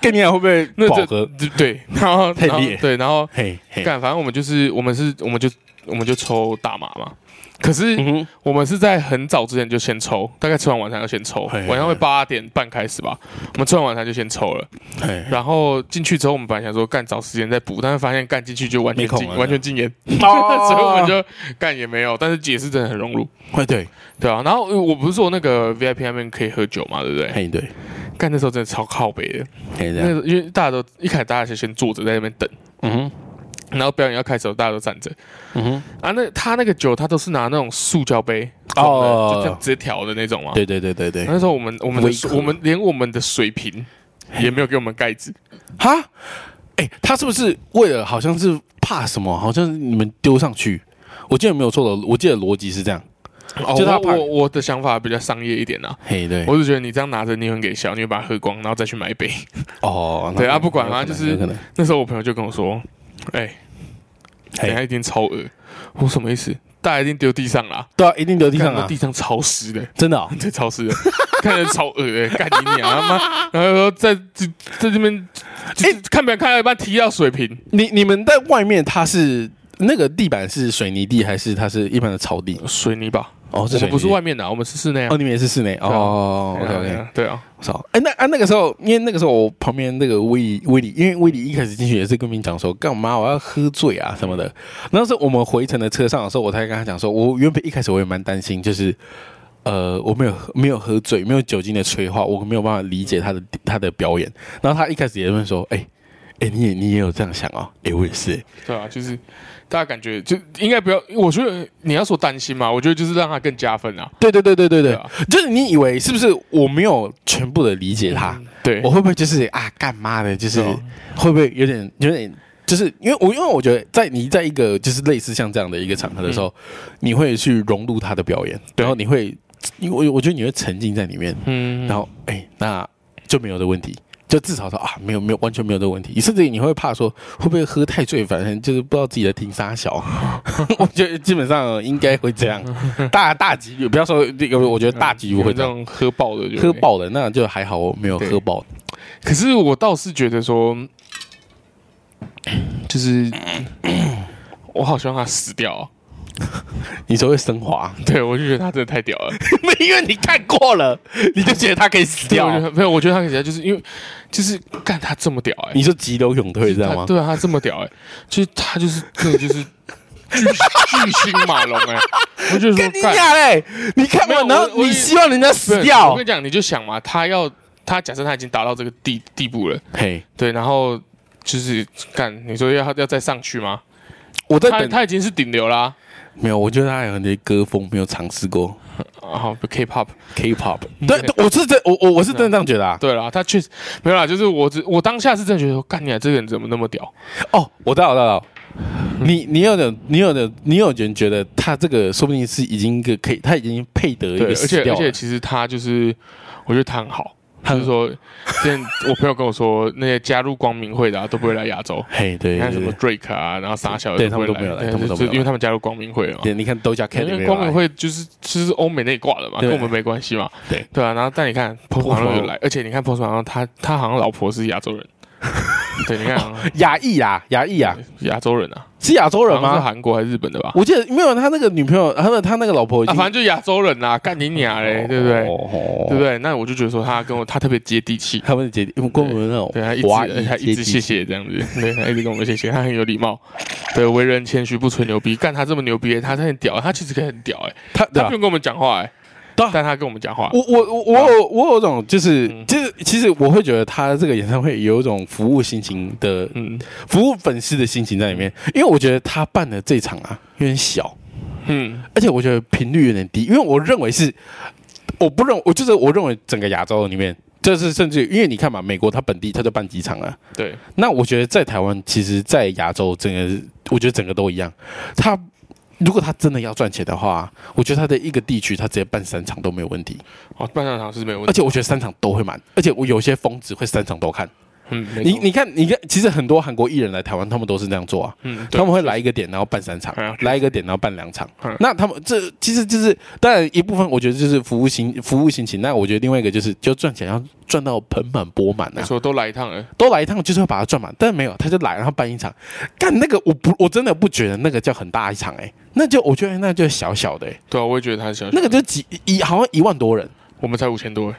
A: 跟你俩会不会
D: 那
A: 饱
D: 这
A: 和？
D: 对，然后
A: 太
D: 然后
A: 烈
D: 对，然后
A: 嘿嘿，
D: 干，反正我们就是我们是我们就我们就抽大麻嘛。可是
A: 嗯
D: 我们是在很早之前就先抽，大概吃完晚餐就先抽，
A: 嘿嘿嘿
D: 晚上会八点半开始吧。我们吃完晚餐就先抽了，
A: 哼，嘿
D: 然后进去之后，我们本来想说干找时间再补，但是发现干进去就完全
A: 没空
D: 禁
A: 了
D: 完全禁烟，
A: 哦
D: 所以我们就干也没有，但是也是真的很融入，
A: 会对，
D: 对啊。然后呃我不是说那个 VIP 那边可以喝酒嘛，对不对？
A: 嘿对，
D: 干那时候真的超靠北的，
A: 嘿这
D: 那
A: 样，
D: 个因为大家都一开始大家是先坐着在那边等，
A: 嗯哼，
D: 然后表演要开始了，大家都站着
A: 嗯哼，
D: 啊。那他那个酒，他都是拿那种塑胶杯
A: 哦
D: 就这样直接调的那种嘛。
A: 对对对对对，
D: 那时候我们我们的
A: 微可
D: 我们连我们的水瓶也没有给我们盖子，
A: 哈，哎、他是不是为了好像是怕什么？好像是你们丢上去，我记得没有错的，我记得逻辑是这样。
D: 哦
A: 就他
D: 我
A: 怕
D: 我我的想法比较商业一点啊，
A: 嘿，对，
D: 我就觉得你这样拿着你很给笑，你会把它喝光，然后再去买一杯。
A: 哦，
D: 对
A: 那
D: 啊不管
A: 有可
D: 啊
A: 能
D: 就是
A: 有可能，
D: 那时候我朋友就跟我说：“哎、等一下
A: 嘿，
D: 一定超恶。”我说什么意思？大家一定丢地上啦，
A: 对啊，一定丢地上
D: 干
A: 啊
D: 那地，上潮湿的，
A: 真的、哦，
D: 对，潮湿的，看着超恶哎、干你娘他妈！然后说在在在这边，哎、看表看到一半踢到水瓶，
A: 你你们在外面，它是那个地板是水泥地还是它是一般的草地？
D: 水泥吧？
A: 哦，
D: 我
A: 水
D: 们
A: 泥
D: 不是
A: 地
D: 外面的啊，我们是室内啊
A: 哦，。你们也是室内
D: 啊
A: 哦。
D: 对
A: OK
D: 啊
A: OK，
D: 对啊，
A: 操！哎、那啊那个时候，因为那个时候我旁边那个威利威利，因为威利一开始进去也是跟我们讲说，干嘛我要喝醉啊什么的。那时候我们回程的车上的时候，我才跟他讲说，我原本一开始我也蛮担心，就是呃我没有喝没有喝醉，没有酒精的催化，我没有办法理解他的他的表演。然后他一开始也问说，哎、哎、你也你也有这样想哦？哎、我也是、
D: 对啊，就是大家感觉就应该不要，我觉得你要说担心嘛，我觉得就是让他更加分啊。
A: 对对对对对对，
D: 对啊
A: 就是你以为是不是我没有全部的理解他？
D: 对，
A: 我会不会就是啊，干妈的，就是
D: 是哦
A: 会不会有点有点，就是因为我因为我觉得在你在一个就是类似像这样的一个场合的时候，你会去融入他的表演，
D: 嗯对
A: 然后你会，因为我我觉得你会沉浸在里面，
D: 嗯
A: 然后哎、那就没有的问题。就至少说啊，没有没有，完全没有的问题。甚至你会怕说，会不会喝太醉，反正就是不知道自己在听啥小。 我觉得基本上应该会这样，大大几率不要说这个，我觉得大几率会这
D: 这
A: 样。
D: 样喝爆的，
A: 喝。爆的那就还好，我没有
D: 对
A: 喝爆。
D: 可是我倒是觉得说，就是我好希望他死掉、哦。
A: 你说会升华，
D: 对，我就觉得他真的太屌 了。
A: 因为你看过了，你就觉得他可以死
D: 对，
A: 掉啊
D: 我觉。得没有，我觉得他可以，就是因为就是干他这么屌哎、
A: 你说急流勇退，知道
D: 他
A: 吗？
D: 对啊，他这么屌哎、就是他就是真的就是巨巨星马龙 哎、我就说
A: 跟你
D: 干
A: 讲嘞，你看
D: 没有
A: 完然后
D: 我我
A: 你希望人家
D: 不是
A: 死
D: 我
A: 掉
D: 跟你，讲，你就想嘛，他要他假设他已经达到这个地地步了，
A: 嘿，
D: 对，然后就是干，你说要要再上去吗？
A: 我在
D: 他
A: 等他。
D: 他已经是顶流啦、
A: 没有，我觉得他有很多歌风没有尝试过
D: 啊，好 K-pop。
A: K-pop。
D: 嗯
A: 对，
D: 对
A: 对我是真，我我我是真的这样觉得 啊。
D: 对啦，他确实没有啦，就是我只我当下是真的觉得说，干你啊，这个人怎么那么屌？
A: 哦，我知道，我知道。你你有点，你有点，你有点觉得他这个说不定是已经一个可以，他已经配得一
D: 对，
A: 个
D: 而
A: 死
D: 且而
A: 掉了
D: 且。其实他就是，我觉得他很好，
A: 他
D: 他
A: 很
D: 是说，之前我朋友跟我说，那些加入光明会的、啊、都不会来亚洲，
A: 嘿，对
D: 你看
A: 对
D: 什么
A: 对
D: Drake 啊，然后傻小的
A: 对
D: 会
A: 他们都没有来
D: 对
A: 他们都
D: 就
A: 没有来
D: 因为他们加入光明会了嘛。
A: 对，你看 Doja
D: 因
A: Cat 啊
D: 为
A: 没
D: 光明
A: 有来，
D: 会就是就是欧美那一挂的嘛，
A: 对
D: 跟我们没关系嘛。
A: 对
D: 对啊，然后但你看 p o s 有来，而且你看 p o s 他他好像老婆是亚洲 人，对，你看啊
A: 亚裔啊，亚裔啊，
D: 亚洲人 啊，
A: 是亚洲人
D: 好像
A: 吗
D: 是？韩国还是日本的吧？
A: 我记得没有他那个女朋友，他的他那个老婆已
D: 啊，
A: 经，
D: 反正就亚洲 人啦、干你娘嘞，对不对？
A: 哦
D: 对不对？那我就觉得说他跟我他特别接地气，
A: 他们的姐弟，光我们那
D: 对啊他一
A: 种华
D: 直
A: 裔
D: 他一
A: 阶
D: 直
A: 级
D: 谢谢这样子， 对他一直跟我们谢谢，他很有礼貌，对，为人谦虚，不吹牛逼。干他这么牛逼，他他很屌，他其实可以很屌哎、
A: 他对
D: 他
A: 啊
D: 不用跟我们讲话哎、
A: 对啊
D: 但他跟我们讲话，
A: 我我我我有我有种就是
D: 嗯
A: 就是其实我会觉得他这个演唱会有一种服务心情的
D: 嗯
A: 服务粉丝的心情在里面，因为我觉得他办的这场啊有点小，
D: 嗯，
A: 而且我觉得频率有点低，因为我认为是我不认我就是我认为整个亚洲里面，就是甚至因为你看嘛，美国它本地它就办几场啊了。
D: 对，
A: 那我觉得在台湾，其实，在亚洲整个，我觉得整个都一样。他如果他真的要赚钱的话，我觉得他的一个地区，他直接办三场都没有问题，
D: 哦，半场场是没有问
A: 而
D: 题，
A: 且我觉得三场都会满，而且我有些疯子会三场都看。
D: 嗯，没
A: 你
D: 错
A: 你看，你看，其实很多韩国艺人来台湾，他们都是这样做啊。
D: 嗯，对
A: 他们会来一个点，然后办三场
D: 嗯啊；
A: 来一个点，然后办两场
D: 嗯。
A: 那他们这其实就是，当然一部分我觉得就是服务型服务型情。那我觉得另外一个就是，就赚钱要赚到盆满钵满啊
D: 没。错，都来一趟欸了，
A: 都来一趟就是要把它赚满，但没有，他就来然后办一场，干那个我不我真的不觉得那个叫很大一场哎、欸那就我觉得那就小小的、欸，
D: 对啊，我也觉得他是小小，
A: 那个就几一好像一万多人，
D: 我们才五千多哎，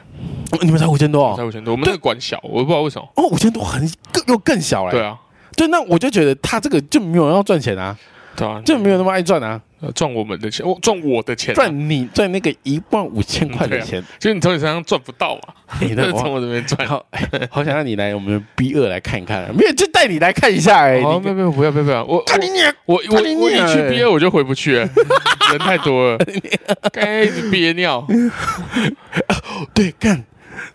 A: 哦你们才五千多
D: 我们才
A: 哦，
D: 五千多，我们那个馆小，我也不知道为什么，
A: 哦五千多很更又更小嘞、欸
D: 对啊，
A: 对，那我就觉得他这个就没有人要赚钱啊，
D: 对啊，
A: 就没有那么爱赚啊，
D: 呃赚我们的钱，哦赚我的钱啊、
A: 赚你赚那个一万五千块的钱，
D: 就是你从你身上赚不到嘛，
A: 你 的
D: 但是从
A: 我
D: 我这边赚。
A: 好哎好想让你来我们 B 二来看一看，啊没有就带你来看一下哎、
D: 哦，
A: 你
D: 没有没有，不要不要不要，我我
A: 看你娘
D: 我我
A: 看你
D: 我一
A: 娘
D: 去
A: 欸
D: 憋我就回 不去了，人太多了，该一直憋尿。
A: 对，干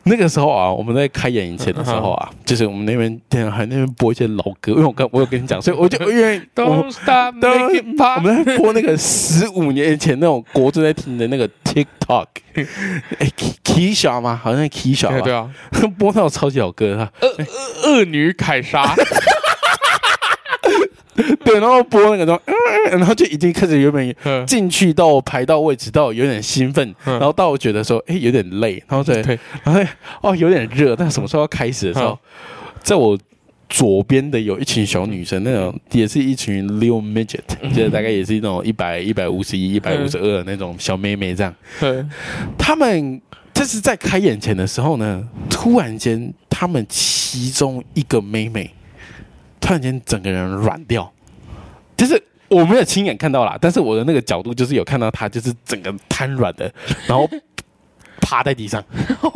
A: 那个时候啊，我们在开演以前的时候
D: 嗯
A: 啊，就是我们那边电还那边播一些老歌，因为我 跟我有跟你讲，所以我就因为我们
D: Don't stop
A: 当
D: making p
A: 我们在播那个十五年前那种国中在听的那个 TikTok，哎，K K 小吗？好像 K 小
D: 对
A: 吧？
D: 对啊，
A: 播那种超级老歌啊，
D: 恶女凯 莎，
A: 对，然后播那个 东西，嗯嗯然后就已经开始原本
D: 嗯
A: 进去到排到位置到有点兴奋，
D: 嗯
A: 然后到觉得说，哎，有点累，然后对，
D: 对，
A: 然后哦有点热，但什么时候要开始的时候，在我左边的有一群小女生，那种也是一群 little midget，就是大概也是那种一百一百五十一、一百五十二那种小妹妹这样。
D: 对，
A: 他们这是在开眼前的时候呢，突然间他们其中一个妹妹突然间整个人软掉，就是。我没有亲眼看到啦，但是我的那个角度就是有看到她，就是整个瘫软的，然后趴在地上，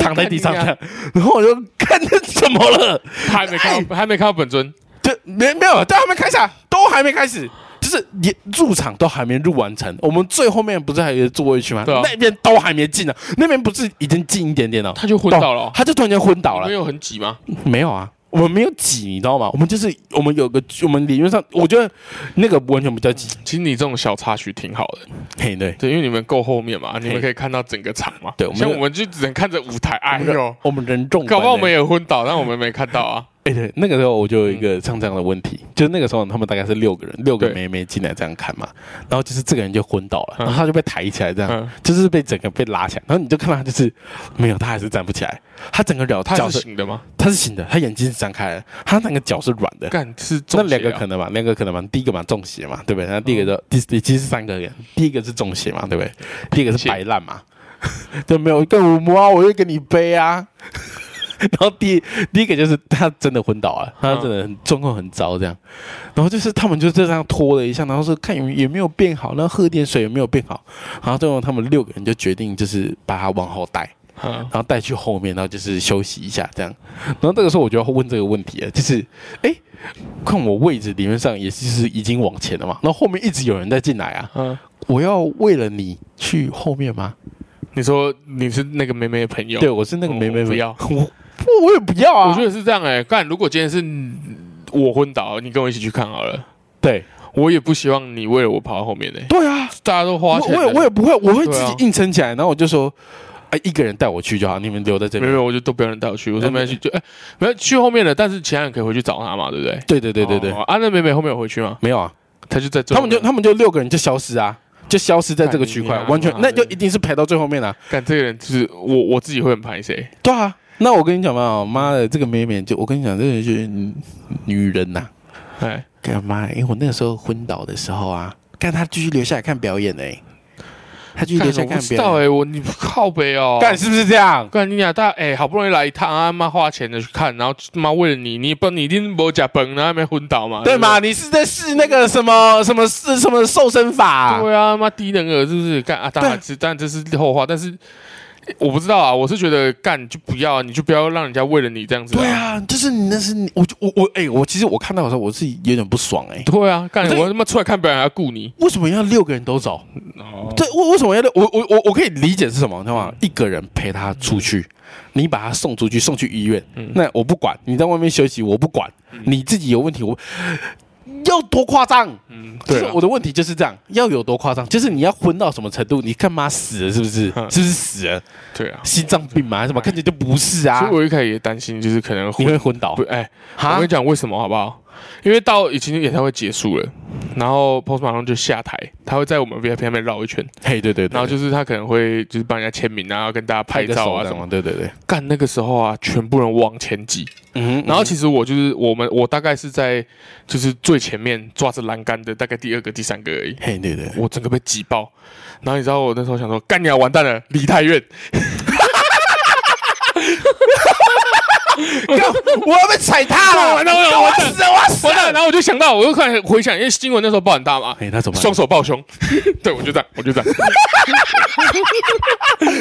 A: 躺在地上这样，然后我就看这怎么了？
D: 他还没看
A: 哎
D: 到，还没看到本尊，
A: 对，没没有，都还没开始、啊，都还没开始，就是也入场都还没入完成。我们最后面不是还有一个座位区吗？
D: 对啊
A: 那边都还没进呢、那边不是已经进一点点了？
D: 他就昏倒了哦。
A: 他就突然间昏倒了
D: 没。有很挤吗？
A: 没有啊，我们没有挤，你知道吗？我们就是我们有个我们理论上，我觉得那个完全不叫挤。
D: 其实你这种小插曲挺好的，
A: 嘿，对，
D: 对，因为你们够后面嘛，你们可以看到整个场嘛。
A: 对我们
D: 像我们就只能看着舞台，哎呦，
A: 我们人重，
D: 搞不好我们也昏倒，但我们没看到啊。
A: 哎、对，那个时候我就有一个像这样的问题，就是那个时候他们大概是六个人，六个
D: 对
A: 妹妹进来这样看嘛，然后就是这个人就昏倒了，然
D: 嗯
A: 后他就被抬起来 这样，
D: 嗯
A: 就是被整个被拉起来，然后你就看到他就是没有，他还是站不起来，他整个脚
D: 他
A: 脚
D: 是
A: 是
D: 醒的吗？
A: 他是醒的，他眼睛是张开的，他那个脚是软的。
D: 干是中
A: 那
D: 邪啊
A: 两个可能嘛，两个可能嘛，第一个嘛中邪嘛，对不对？那第一个就第第其实是三个人，第一个是中邪嘛，对不对？第一个是
D: 是
A: 摆烂嘛， 就没有跟我摸啊，我就跟你背啊。 然后第第一个就是他真的昏倒了，他真的很状况很糟这样。然后就是他们就这样拖了一下，然后说看有也没有变好，然后喝点水也没有变好，然后最后他们六个人就决定就是把他往后带。
D: 嗯
A: 然后带去后面，然后就是休息一下这样。然后那个时候我就要问这个问题了，就是哎，看我位置理论上也是是已经往前了嘛，然后后面一直有人在进来啊，
D: 嗯，
A: 我要为了你去后面吗？
D: 你说你是那个妹妹的朋友，
A: 对，我是那个没没
D: 我不
A: 没，
D: 要
A: 我不我也不要啊，
D: 我觉得是这样哎、干，如果今天是嗯我昏倒，你跟我一起去看好了。
A: 对
D: 我也不希望你为了我跑到后面呢、欸
A: 对啊，
D: 大家都
A: 我
D: 花钱了，
A: 我也我也不会，我会
D: 对
A: 自
D: 啊
A: 己硬撑起来，然后我就说，哎，一个人带我去就好，你们留在这
D: 没有
A: 边
D: 没。有，我就都不要人带我去。我说
A: 嗯
D: 没关系，就哎，没有去后面了，但是其他人可以回去找他嘛，对不对？
A: 对对对对对
D: 哦，啊，那美美后面有回去吗？
A: 没有啊，
D: 他就在最
A: 他
D: 后
A: 们
D: 面
A: 就他们就六个人就消失啊，就消失在这个区块
D: 干你，娘啊
A: 完全
D: 妈
A: 那
D: 的
A: 就一定是排到最后面啊了。
D: 干这个人，就是我我自己会很排欸谁？
A: 对啊，那我跟你讲嘛，妈的，这个妹妹就我跟你讲，这个就是女女人呐、
D: 哎，
A: 干嘛？因为我那个时候昏倒的时候啊，干她继续留下来看表演呢、她继续
D: 干
A: 留下
D: 我
A: 来
D: 不
A: 看
D: 知道
A: 表
D: 哎、
A: 演。
D: 我你靠北哦，
A: 干是不是这样？
D: 干你俩大哎、好不容易来一趟啊，妈花钱的去看，然后他妈为了你，你不你一定没假崩，然后还没昏倒嘛，
A: 对
D: 不对
A: 嘛？？你是在试那个什么什么是什么瘦身法、
D: 对啊，妈低能儿是不是？干啊，当然是，当然这是后话，但是我不知道啊，我是觉得干就不要啊，你就不要让人家为了你这样子、
A: 对，啊，就是你那是你，我就我我哎、我其实我看到的时候，我自己有点不爽哎、
D: 对啊，干
A: 对
D: 我他妈出来看表演还要雇你，
A: 为什么要六个人都走？
D: 哦
A: 对，为为什么要六？我我我我可以理解是什么，你知道
D: 嗯
A: 吗？一个人陪他出去，你把他送出去，送去医院，
D: 嗯
A: 那我不管，你在外面休息，我不管，你自己有问题，我要多夸张？
D: 嗯，
A: 就
D: 对
A: 是
D: 啊
A: 我的问题就是这样，要有多夸张？就是你要昏到什么程度？你干嘛死了？是不是？是
D: 哼
A: 不是死了？
D: 对啊，
A: 心脏病吗？还是什么？看起来就不是啊
D: 所以，我一开始也担心，就是可能
A: 你
D: 昏
A: 会昏倒
D: 不，哎、我
A: 哈
D: 跟你？讲为什么好不好？因为到已经演唱会结束了，然后 Post Malone 就下台，他会在我们 VIP 那边绕一圈，
A: 嘿，对对对，
D: 然后就是他可能会就是帮人家签名啊，跟大家拍
A: 拍个
D: 照
A: 手
D: 啊
A: 这
D: 什
A: 样嘛
D: 么。
A: 对对对，
D: 干那个时候啊，全部人往前挤，
A: 嗯哼
D: 然后其实我就是我们我大概是在就是最前面抓着栏杆的大概第二个第三个而已，
A: 嘿，对对，
D: 我整个被挤爆。然后你知道我那时候想说，干你啊，完蛋了，离太远，
A: 我要被踩踏了，
D: 完了完了
A: 我 要死了，我要死了，
D: 下，然后我就想到，我又快回想，因为新闻那时候报很大嘛，
A: 哎，那怎么办？
D: 双手抱胸， 对我就这样，我 就这样，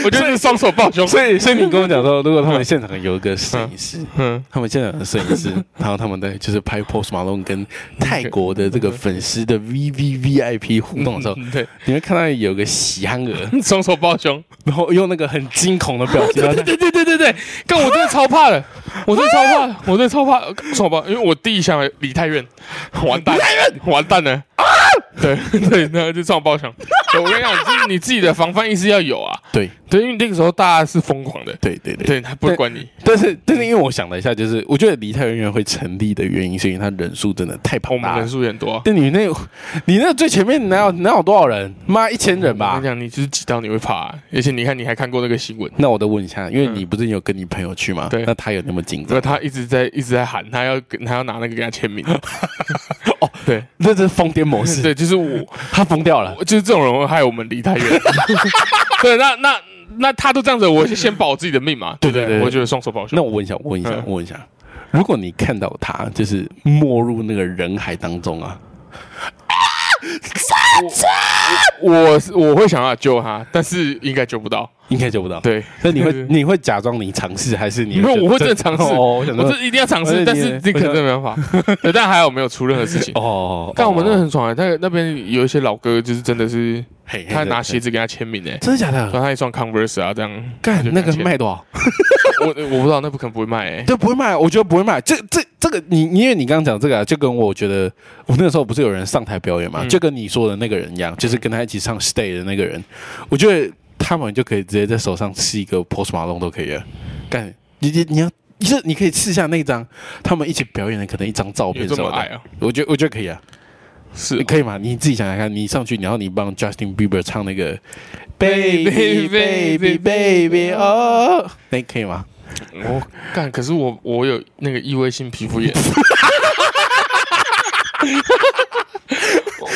D: 我就是双手抱胸，
A: 所以，所以你跟我讲说，如果他们现场有一个摄影师，
D: 嗯，
A: 他们现场的摄 影师，然后他们在就是拍 Post Malone 跟泰国的这
D: 嗯
A: 个粉丝的 V V V I P 互动的时候，
D: 对，
A: 你会看到有个喜憨儿，
D: 双手抱胸，
A: 然后用那个很惊恐的表情，然后在
D: 对对对对对，但我真的超怕的，我真的超怕的，我真的超怕的，双手抱，因为我第一想离太远，完蛋，完蛋了，对对，然后就双手抱胸，对我跟你讲，就是你自己的防范意识要有啊，
A: 对
D: 对，因为那个时候大家是疯狂的，
A: 对对对。
D: 对他不会管你，
A: 但是，但是因为我想了一下，就是我觉得离太远远会成立的原因，是因为他人数真的太
D: 我
A: 庞
D: 们
A: 大
D: 人
A: 了。
D: 数也很多啊、
A: 但你那，你那最前面哪有哪有多少人？妈，一千人
D: 我
A: 吧
D: 跟你。讲，你就是挤到你会怕、而且你看你还看过那个新闻，
A: 那我再问一下，因为
D: 嗯
A: 你不是有跟你朋友去吗？
D: 对
A: 那他有那么紧
D: 然后
A: 张？
D: 他一直在一直在喊，他要跟他要拿那个给他签名。
A: 哦，
D: 对
A: 那是疯癫模式，
D: 对，就是我，
A: 他疯掉了。
D: 我就是这种人会害我们离太 远。对，那那那他都这样子，我就先保我自己的命嘛，对不
A: 对对
D: 对？
A: 对
D: 我觉得双手保胸
A: 那。我问一下，我问一下，
D: 嗯
A: 我问一下，如果你看到他就是没入那个人海当中啊，
D: 我是我会想要救他，但是应该救不到。
A: 应该救不到。，
D: 对，
A: 那你会
D: 对
A: 你会假装你尝试，还是你
D: 没有，我会真
A: 真
D: 的尝试，
A: 哦，我想说
D: 我这一定要尝
A: 我
D: 试，
A: 是
D: 但
A: 你
D: 是这个真的 没办法。对，但还好没有出任何事情。
A: 哦，
D: 但我们那
A: 哦
D: 很爽啊，那那边有一些老哥，就是真的是
A: 嘿嘿
D: 他拿
A: 嘿
D: 鞋子给他签名诶，
A: 真的假的？
D: 穿他一双 Converse 啊，这样
A: 干
D: 就
A: 那
D: 拿
A: 个
D: 钱
A: 卖多少？
D: 我我不知道，那不可能不会卖欸诶。
A: 对，不会卖，我觉得不会卖。这这这个，你你因为你刚刚讲这个、啊，就跟我觉得我那时候不是有人上台表演嘛，
D: 嗯
A: 就跟你说的那个人一样，就是跟他一起上 stay 的那个人，我觉得他们就可以直接在手上吃一个 post malone 都可以了。干，你你你要。这你可以试一下那张他们一起表演的可能一张照
D: 有
A: 片
D: 这
A: 什
D: 么
A: 么
D: 矮
A: 的，
D: 啊？
A: 我觉得我觉得可以啊，
D: 是哦
A: 你可以吗？你自己想想看，你上去，然后你帮 Justin Bieber 唱那个 Baby Baby Baby 哦，那可以吗？
D: 我哦干，可是我我有那个异位性皮肤炎。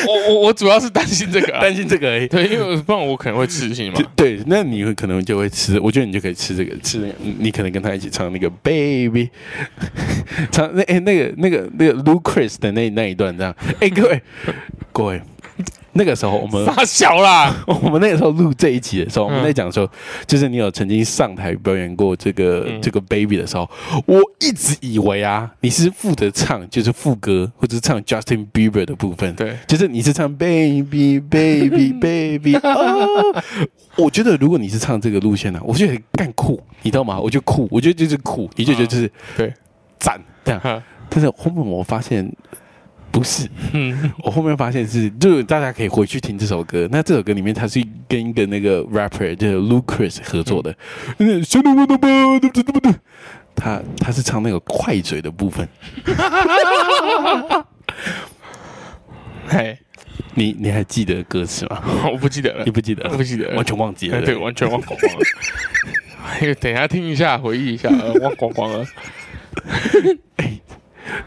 D: 我我我主要是担心这个、啊，
A: 担心这个而已。
D: 对，因为不然我可能会刺青嘛
A: 就。对，那你会可能就会吃，我觉得你就可以吃这个，吃那个，你你可能跟他一起唱那个 baby，唱那哎、那个那个那个 Lucas 的那那一段这样， 哎、各位各位，那个时候我们
D: 傻小啦，
A: 我们那个时候录这一集的时候，我们
D: 嗯
A: 在讲说，就是你有曾经上台表演过这个、
D: 嗯
A: 这个 baby 的时候，我一直以为啊，你是负责唱就是副歌或者是唱 Justin Bieber 的部分，
D: 对，
A: 就是你是唱 baby baby baby，、哦、我觉得如果你是唱这个路线呢、我觉得干酷，你知道吗？我觉得酷，我觉得就是酷，你就觉得就是
D: 对，
A: 赞这样。
D: 哈
A: 但是后面我发现不是，
D: 嗯，
A: 我后面发现是，就是大家可以回去听这首歌。那这首歌里面，它是跟一个那个 rapper 就是 Lucas 合作的，嗯，他他是唱那个快嘴的部分。
D: 嘿，
A: 你你还记得歌词 吗？
D: 我不记得了
A: 你，不记得
D: 我，不记得了，
A: 完全忘记了。
D: 哎对，完全忘光光了。哎呦等一下听一下，回忆一下，呃忘光光了。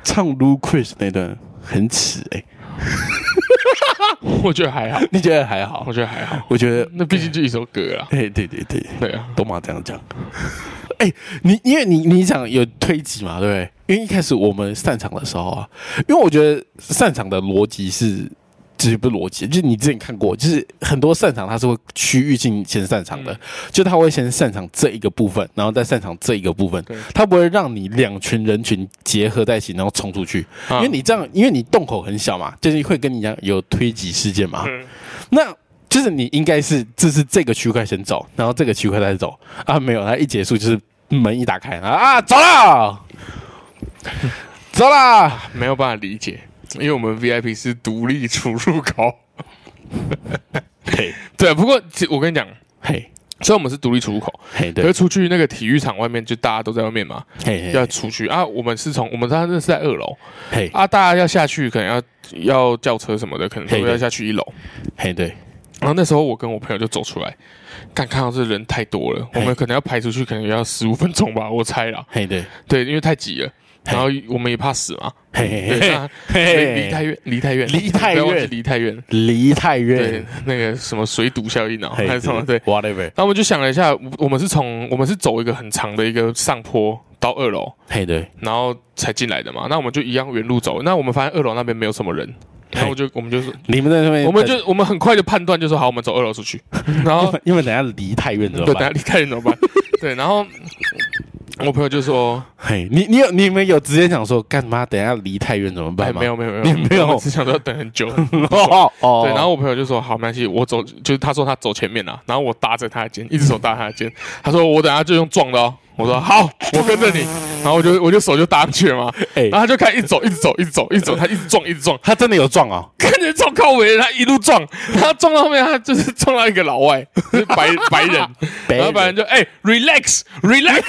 A: 唱 Lucas 那段很耻哎、
D: 我觉得还好，
A: 你觉得还好
D: 我？觉得还好，
A: 我觉得，
D: 那毕竟就一首歌啦。
A: 哎、对对对，
D: 对啊，
A: 都嘛这 样讲。哎、你因为你你讲有推挤嘛，对不对？因为一开始我们散场的时候啊，因为我觉得散场的逻辑是，就是不是逻辑，就是你之前看过，就是很多散场它是会区域性先散场的，
D: 嗯
A: 就它会先散场这一个部分，然后再散场这一个部分
D: 对，啊
A: 它不会让你两群人群结合在一起，然后冲出去，
D: 啊
A: 因为你这样，因为你洞口很小嘛，就是会跟你一样有推挤事件嘛。
D: 嗯
A: 那就是你应该是，就是这个区块先走，然后这个区块再走啊，没有，它一结束就是门一打开啊啊，走了， 走了，
D: 啊没有办法理解，因为我们 VIP 是独立出入口。
A: 嘿，
D: 对，不过其我跟你讲，
A: 嘿，
D: 虽然我们是独立出入口，
A: 嘿，
D: 可是
A: 对，
D: 出去那个体育场外面就大家都在外面嘛，
A: 嘿，
D: 要
A: 嘿，
D: 出去啊。我们是从我们当时是在二楼
A: 嘿，
D: 啊，大家要下去可能要要叫车什么的，可能
A: 嘿
D: 都
A: 对
D: 要下去一楼。
A: 嘿，对，
D: 然后那时候我跟我朋友就走出来，看看到这人太多了，我
A: 嘿
D: 们可能要排出去，可能要十五分钟吧，我猜啦。
A: 嘿，对，
D: 对，因为太挤了，
A: 嘿
D: 然后我们也怕死嘛，
A: 嘿嘿
D: 对，
A: 嘿
D: 那离离太远，离太远，
A: 离太
D: 不要忘记
A: 远
D: 离太远。
A: 离太
D: 对
A: 远，，
D: 那个什么水堵效应啊，
A: 嘿
D: 还是什么？对。
A: ，whatever，
D: 那我们就想了一下，我我们是从我们是走一个很长的一个上坡到二楼，
A: 嘿，对，
D: 然后才进来的嘛。那我们就一样原路走。那我们发现二楼那边没有什么人，然后我就我们就是
A: 你们在那边，
D: 我们就我们很快就判断，就说好，我们走二楼出去。然后
A: 因为等下离太远怎么
D: 对，等下
A: 办？
D: 离开人怎 么办？对，然后我朋友就说
A: 嘿，你你有你们有直接想说干嘛？等下离太远怎么
D: 哎，
A: 办吗？
D: 没有没有没有，
A: 你没有
D: 我只想说要等很久。
A: 哦哦，
D: 对，然后我朋友就说好，没关系，我走，就是他说他走前面啦、然后我搭着他的肩，一只手搭他的肩，他说我等下就用撞的哦，我说好，我跟着你，然后我就我就手就搭上去了嘛，
A: 哎
D: 然后他就开始一直走，一直走，一直走，一直走，他一直撞，一直撞，
A: 他真的有撞哦，
D: 看着撞靠围，他一路撞，他撞到后面，他就是撞到一个老外，就是白白人，然后白人就哎、relax relax，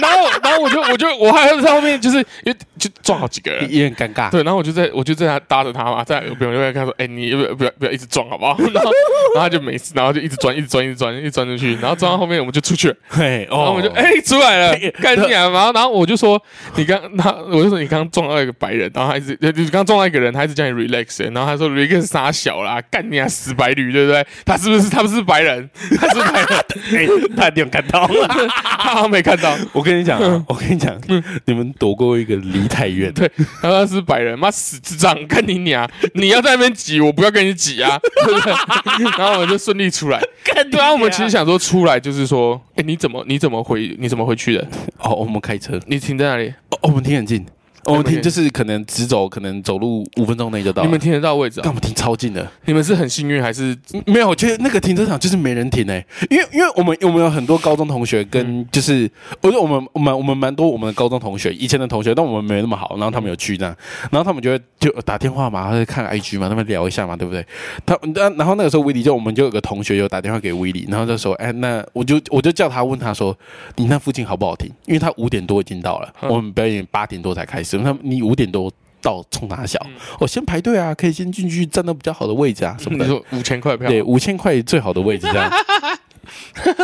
D: 然后然后我就我就我还在后面，就是因为就撞好几个人
A: 有，点尴尬，
D: 对，然后我就在我就在他搭着他嘛，在我朋友就在跟他说：“哎、你不要不要不要一直撞好不 好？”然后然后他就没事，然后就一直钻，一直钻，一直钻，一直钻出去，然后钻到后面我们就出去了，
A: 嘿，
D: 然
A: 哦，
D: 后我们就 哎、出来了
A: 哎，
D: 干你啊！然后然后我就说你刚他我就说你刚刚撞到一个白人，然后他一直呃你刚撞到一个人，他一直叫你 relax，欸、然后他说 relax 傻小啦，干你啊死白驴对不对？他是不是他不是白人？他是白人，
A: 哎，他一定有看到了。
D: 他好像没看到。
A: 我跟你讲
D: 嗯
A: 啊，我跟你讲，你们躲过一个离太 远，
D: 对，他说他是白人，妈死智障，看你娘！你要在那边挤，我不要跟你挤啊，对不 对？然后我们就顺利出来。 对啊，我们其实想说出来就是说，哎，你怎么你怎么回你怎么回去的？
A: 哦，我们开车，
D: 你停在哪里？
A: 哦，我们停很近，哦我们
D: 我们
A: 停
D: 停
A: 就是可能直走，可能走路五分钟内就到了。
D: 你们停得到位置
A: 干
D: 啊？
A: 我们停超近的，
D: 你们是很幸运还是
A: 没有，我觉得那个停车场就是没人停哎、因为因为我们我们有很多高中同学跟就是，我觉得我们我们我们蛮多我们的高中同学，以前的同学，但我们没那么好，然后他们有去这样，然后他们就会就打电话嘛，或者看 IG 嘛，他们聊一下嘛，对不对？他那然后那个时候威利就我们就有个同学有打电话给威利，然后就说，哎，那我就我就叫他问他说，你那附近好不好停？因为他五点多已经到了，
D: 嗯
A: 我们表演八点多才开始，那你五点多。到冲他小，我、先排队啊，可以先进去站到比较好的位置啊，什么
D: 你
A: 的。
D: 说五千块票？
A: 对，五千块最好的位置 这样。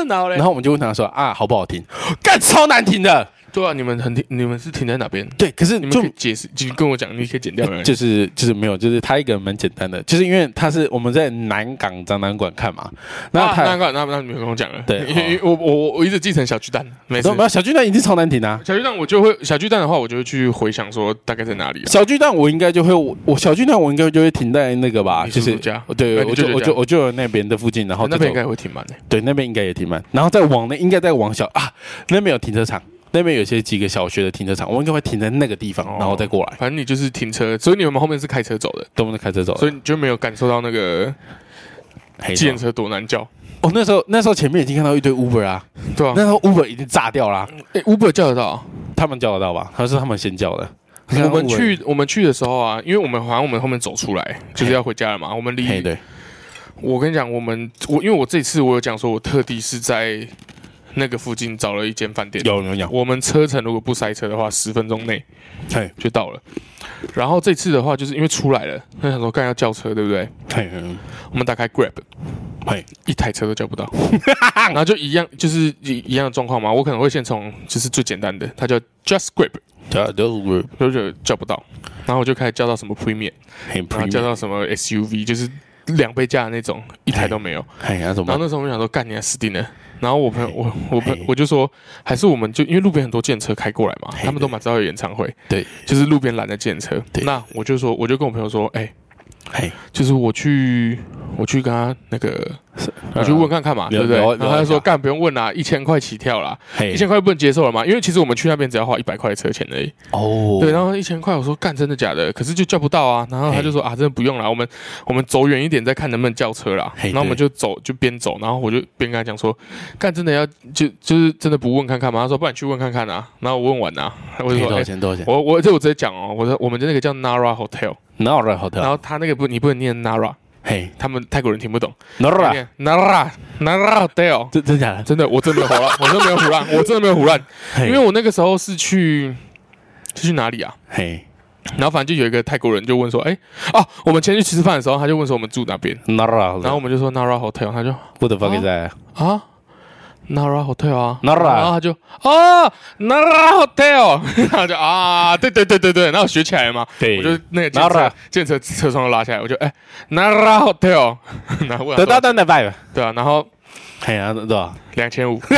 D: 然后
A: 然后我们就问他说啊，好不好停？ 干，超难停的。
D: 对啊，你们很停，你们是停在哪边？
A: 对，可是
D: 你们
A: 就呃
D: 可以解释，就跟我讲，你可以剪掉 没？
A: 就是就是没有，就是他一个人蛮简单的，就是因为他是我们在南港展览馆看嘛，然后
D: 那
A: 他。
D: 啊那那那那你们跟我讲了，
A: 对
D: 因为因为我我我我一直继承小巨蛋，没事
A: 没。有小巨蛋已经超难停啊！
D: 小巨蛋我就会小巨蛋的话，我就会去回想说大概在哪里啊。
A: 小巨蛋我应该就会我我小巨蛋我应该就会停在那个吧，
D: 你
A: 啊就
D: 叔叔
A: 是
D: 家
A: 对，
D: 哎你
A: 我就
D: 舅舅
A: 我就
D: 家
A: 我就那边的附近，然后
D: 那
A: 就
D: 边应
A: 走
D: 该会停满的。欸
A: 对那边应该也停满，然后再往那应该再往小啊那边有停车场，那边有些几个小学的停车场，我应该会停在那个地方，
D: 哦
A: 然后再过来，
D: 反正你就是停车，所以你们后面是开车走的，
A: 都不能开车走了，
D: 所以你就没有感受到那个
A: 黑道
D: 计程车多难叫，
A: 哦，那时候那时候前面已经看到一堆 Uber 啊，
D: 对吧、
A: 那时候 Uber 已经炸掉啦、
D: 诶 u b e r 叫得到。
A: 他们叫得到吧？还是他们先叫的？
D: 我们去我们去的时候啊，因为我们好像我们后面走出来就是要回家了嘛。我们离
A: 嘿对，
D: 我跟你讲，我们我因为我这次我有讲说，我特地是在那个附近找了一间饭店。
A: 有有有，
D: 我们车程如果不塞车的话，十分钟内
A: 嘿
D: 就到了。然后这次的话，就是因为出来了，那想说干要叫车，对不对？
A: 嘿嗯嘿
D: 我们打开 Grab，
A: 嘿，
D: 一台车都叫不到，然后就一样，就是一一样的状况嘛。我可能会先从就是最简单的，它叫 Just Grab，
A: 叫的 Uber
D: 就就叫不到，然后我就开始叫到什么 Premium，
A: 很
D: 然后叫
A: premium，
D: 到什么 SUV，就是两倍价的那种，一台都没有。
A: 嘿，那怎么
D: 然后
A: 办？
D: 那时候我想说，干你还死定了。然后我朋友，我我朋
A: 嗯嘿
D: 我就说，还是我们就因为路边很多建车开过来嘛，
A: 嘿
D: 他们都蛮知道有演唱会，
A: 对，
D: 就是路边拦的建车。
A: 对
D: 那我就说，我就跟我朋友说，哎、
A: 嘿，
D: 就是我去，我去跟他那个，我去问看看嘛，
A: 嗯聊
D: 对不对？然
A: 聊
D: 后他就
A: 聊
D: 说
A: 一下
D: 干不用问啦，一千块起跳啦，
A: 嘿
D: 一千块不能接受了嘛？因为其实我们去那边只要花一百块的车钱而已。
A: 哦，
D: 对，然后一千块，我说干真的假的？可是就叫不到啊。然后他就说啊，真的不用啦，我们我们走远一点再看能不能叫车啦。
A: 嘿
D: 然后我们
A: 对
D: 就走，就边走，然后我就边跟他讲说，干真的要就就是真的不问看看吗？他说不然你去问看看啊。然后我问完啊，我就
A: 嘿
D: 说
A: 多
D: 哎
A: 少。钱？多少钱？
D: 我我这我直接讲哦，我说我们的那个叫 Nara Hotel，
A: 哪有人好
D: 然
A: 的？
D: 后他那个不你不能念 Nara，
A: 嘿，
D: 他们泰国人听不懂。
A: 哪有人？
D: 念 Nara Nara Hotel，
A: 真真假的？
D: 真的我真的没有胡乱，我真的没有胡乱，我真的没有胡乱，
A: 嘿
D: 因为我那个时候是去是去哪里啊？
A: 嘿，
D: 然后反正就有一个泰国人就问说，哎、哦、我们前去吃饭的时候，他就问说我们住哪边，
A: 哪有人好的？
D: 然后我们就说 Nara Hotel，他就
A: 我的 fuck 在
D: 啊。Nara Hotel 啊
A: Nara
D: 然后他就哦，Nara Hotel，然后 就啊，对对对对对，然后我学起来了嘛，
A: 对
D: 我就那个建车
A: Nara
D: 建车车窗都拉下来，我就哎，Nara Hotel，然 后问他
A: 得
D: 说
A: 到蛋的 vibe，
D: 对啊，然后
A: 嘿啊，对吧？
D: 两千五。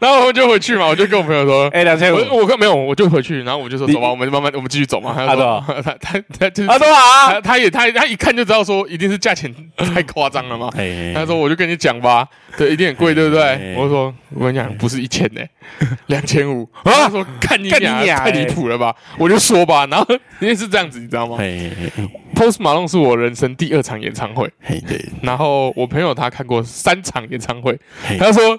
D: 然后我就回去嘛，我就跟我朋友说，
A: 哎，两千五，
D: 我我跟没有，我就回去，然后我就说
A: 你
D: 走吧，我们慢慢我们继续走嘛。他就
A: 啊
D: 说 他他他就是
A: 啊，多少啊？
D: 他他也他他一看就知道说一定是价钱太夸张了嘛。
A: 嗯
C: 哎
D: 他说我就跟你讲吧，对，一定很贵，对不对
C: 哎？
D: 我说我跟你讲，不是一千呢，两千五。他说看你
A: 干你
D: 俩
A: 娘
D: 太离谱了吧？我就说吧，然后 因为是这样子，你知道吗
C: 嘿嘿
D: ？Post Malone 是我人生第二场演唱会，
C: 嘿， 对，
D: 然后我朋友他看过三场演唱会，
C: 嘿
D: 他说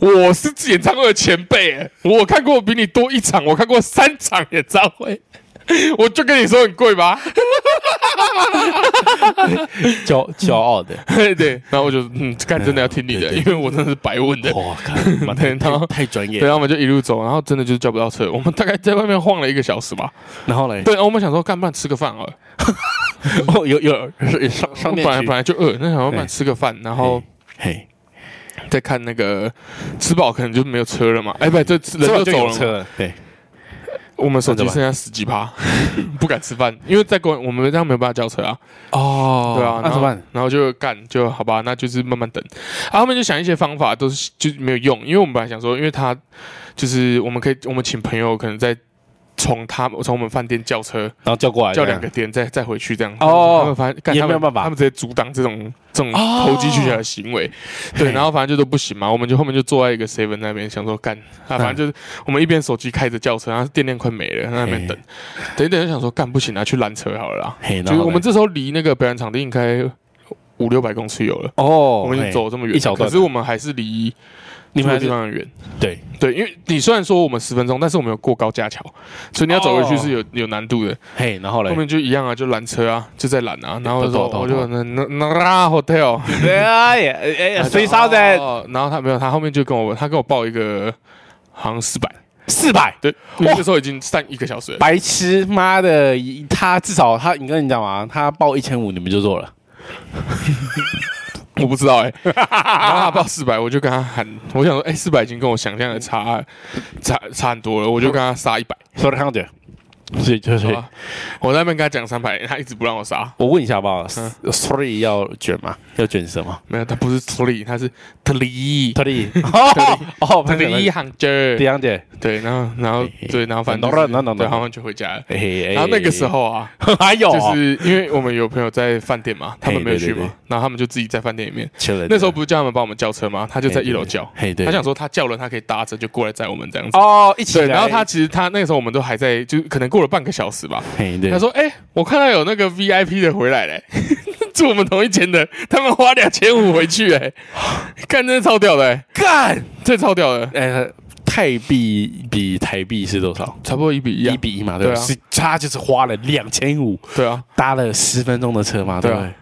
D: 我是演唱会的前辈、欸，我看过比你多一场，我看过三场演唱会，我就跟你说很贵吧，
A: 骄骄傲的，
D: 对，然后我就嗯，看真的要听你的，因为我真的是白问
A: 哦
D: 的，
C: 哇，看妈
D: 对 然后
C: 太太专业
D: 对，然，后啊我们就一路走，然后真的就是叫不到车，我们大概在外面晃了一个小时吧，
A: 然后嘞，
D: 对， 然后我们想说干饭吃个饭啊，
A: 哦，有有有商商
D: 本
A: 店
D: 来
A: 区
D: 本来就饿，那想要饭吃个饭，然后
C: 嘿，
A: 哎
D: 再看那个吃饱可能就没有车了嘛，哎，不，这人
A: 这
D: 就
A: 晚就
D: 走
A: 有
D: 了嘛。
A: 车了，
C: 对，
D: 我们手机剩下十几趴， 不敢吃饭，因为在国外我们这样没有办法叫车啊。
A: 哦
D: 对啊，
A: 那怎
D: 然后
A: 么办？
D: 然后就干，就好吧，那就是慢慢等。啊，他们就想一些方法，都是就是没有用，因为我们本来想说，因为他就是我们可以，我们请朋友可能在从他从我们饭店叫车，
A: 然后叫过来
D: 叫两个，点再再回去这样。
A: 啊哦
D: 他们反正干
A: 也
D: 他
A: 没
D: 们
A: 有办法
D: 他们直接阻挡这种这种
A: 哦
D: 投机取巧的行为。对，
A: 嘿
D: 然后反正就都不行嘛，我们就后面就坐在一个 seven 那边，想说干
A: 嗯
D: 啊，反正就是我们一边手机开着叫车，然后电量快没了，在那边等，等一等就想说干不行啊，去拦车好了啦。
C: 嘿，
D: 就是我们
C: 这
D: 这时候离那个表演场地应该五六百公尺有了，
A: 哦，
D: 我们已经
C: 嘿
D: 走这么远，
A: 一小段
D: 可是我们还是离
A: 你们还
D: 住的地
A: 是
D: 方很远。
C: 对
D: 对，因为你虽然说我们十分钟，但是我们有过高架桥，所以你要走回去
A: 哦
D: 是有有难度的。
A: 嘿，然后
D: 后
A: 嘞，
D: 面就一样啊，就拦车啊，就在拦啊，然后我就
A: 懂懂
D: 说
A: 懂
D: 我就那那那 hotel，
A: 对啊，也哎
D: 然
A: 呀
D: 后就
A: 谁杀在
D: 哦然后他没有，他后面就跟我他跟我报一个好像四百，
A: 四百？
D: 对，因为那时候已经散一个小时了。
A: 白痴，妈的，他至少他，你跟你讲嘛，他报一千五，你们就做了。
D: 我不知道哎、欸，然后他报四百，我就跟他喊，我想说，哎、4四百已经跟我想象的差差差很多了，我就跟他杀一百，
A: 说的看对，所以就是
D: 好吧我在那边跟他讲三百，他一直不让我杀，
A: 我问一下好不好？Three
D: 嗯
A: 要卷吗？要卷什么
D: 没有，他不是 three，他是 three
A: ？Three 哦哦，
D: three
A: 一，李
D: hundred，
A: 阳姐，
D: 对，然后然后
C: 嘿嘿
D: 对，然后反正
A: 懂
D: 就
A: 了
D: 是
A: 懂了懂了
D: 对，他们就回家了。
A: 嘿嘿嘿
C: 哎
D: 然后那个时候啊，
A: 还有
D: 就
A: 啊
D: 是因为我们有朋友在饭店嘛，他们没有
C: 对
D: 去
C: 哦哎对
D: 嘛，然后他们就自己在饭店里面。
C: 切了
D: 那时候不是叫他们帮我们叫车吗？他就在一楼叫，
C: 嘿，哎对，
D: 他想说他叫了，他可以搭车就过来载我们这样子。
A: 哦，一起
D: 对，
A: 来，
D: 然后他其实他那个时候我们都还在，就是可能过了半个小时吧。
C: 嘿，对，
D: 他说：“哎、我看到有那个 VIP 的回来嘞、 住我们同一间的，他们花两千五回去哎、 干真的超屌的、欸，
A: 干，
D: 这超屌的，
A: 呃，泰币比台币是多少？
D: 差不多一比一啊
A: 一，比一嘛，对吧？
D: 对啊
A: 是他就是花了两千五，
D: 对啊，
A: 搭了十分钟的车嘛，对不
D: 对啊
A: 对？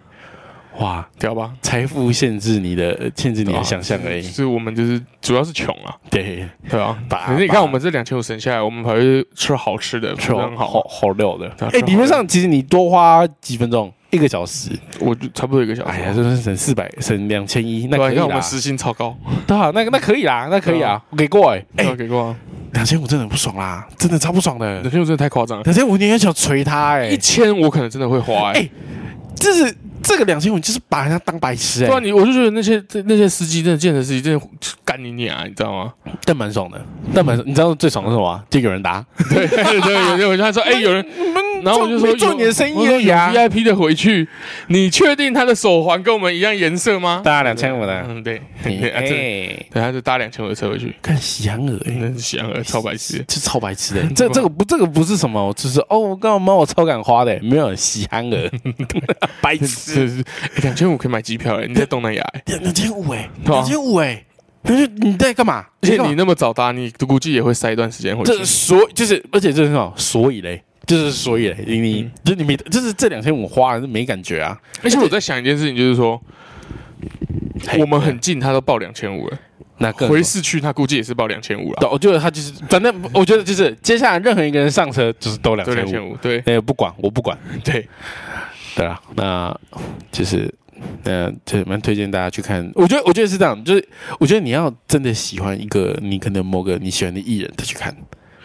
A: 哇，
D: 屌吧？
A: 财富限制你的，限制你的想象而
D: 就
A: 已。
D: 是我们就是主要是穷啊，
A: 对，
D: 对啊，
A: 打
D: 可是你看
A: 吧
D: 我们这两千五省下来，我们跑去吃好吃的，
A: 吃
D: 吃很
A: 好
D: 好，
A: 好料的。
D: 对啊
A: 哎，理论上其实你多花几分钟，一个小时，
D: 我就差不多一个小时。
A: 哎呀，就是省四百，省两千一，那
D: 对啊，
A: 可
D: 你
A: 以
D: 看我们
A: 啦。
D: 时薪超高，
A: 对啊，那个那可以啦，那可以
D: 对
A: 啊
D: 啊，
A: 我给过哎，
D: 对啊，给过啊，
A: 两千五真的很不爽啦，真的超不爽的
D: 两。千五真的太夸张了，
A: 两千五你很想捶他
D: 一
A: 哎，
D: 千我可能真的会花哎
A: 哎。这是这个两千五就是把人家当白痴
D: 对啊，
A: 哎，
D: 你我就觉得那些这那些司机真的见的司机真的干你娘，你知道 吗？
A: 但蛮爽的，但蛮你知道最爽的是什么吗？就有人打，
D: 对 对，有些我就他说，哎，有人，然后我就说
A: 没做
D: 有
A: 你的生意
D: 我说
A: 而已啊
D: 有 VIP 的回去，你确定他的手环跟我们一样颜色吗？
A: 当然啊两千五 的，
D: 嗯，对，对啊真的
A: 哎，
D: 对，他就搭两千五的车回去，
A: 看喜羊鹅哎
D: 那。是香了，超白痴。
A: 这超白痴的、 这这个不这个不是什么，就是哦，我干嘛我超敢花的、没有喜憨儿， 白痴，
D: 是哎两千五可以买机票哎，你在东 南亚哎，
A: 两两千五哎，
D: 对啊
A: 两千五哎，但是你在干嘛？
D: 而且
A: 干
D: 哎
A: 嘛
D: 你那么早搭，你估计也会塞一段时间回去哎
A: 这。所就是，而且这是什么？所以嘞，就是所以嘞，你你
D: 嗯
A: 就你没就是这两千五花了是没感觉啊，
D: 而且我在想一件事情，就是说
A: 嘿
D: 我们很近，他都报两千五了，
A: 那更
D: 回
A: 爽。
D: 市区他估计也是报两千五了，
A: 对，我觉得他就是，反正我觉得就是，接下来任何一个人上车就是都两
D: 对，两
A: 千
D: 千
A: 五，
D: 五， 对
A: 哎，不管我不管，
D: 对，
A: 对啊，那就是，呃，就蛮推荐大家去看。我觉得，我觉得是这样，就是我觉得你要真的喜欢一个，你可能某个你喜欢的艺人，再去看。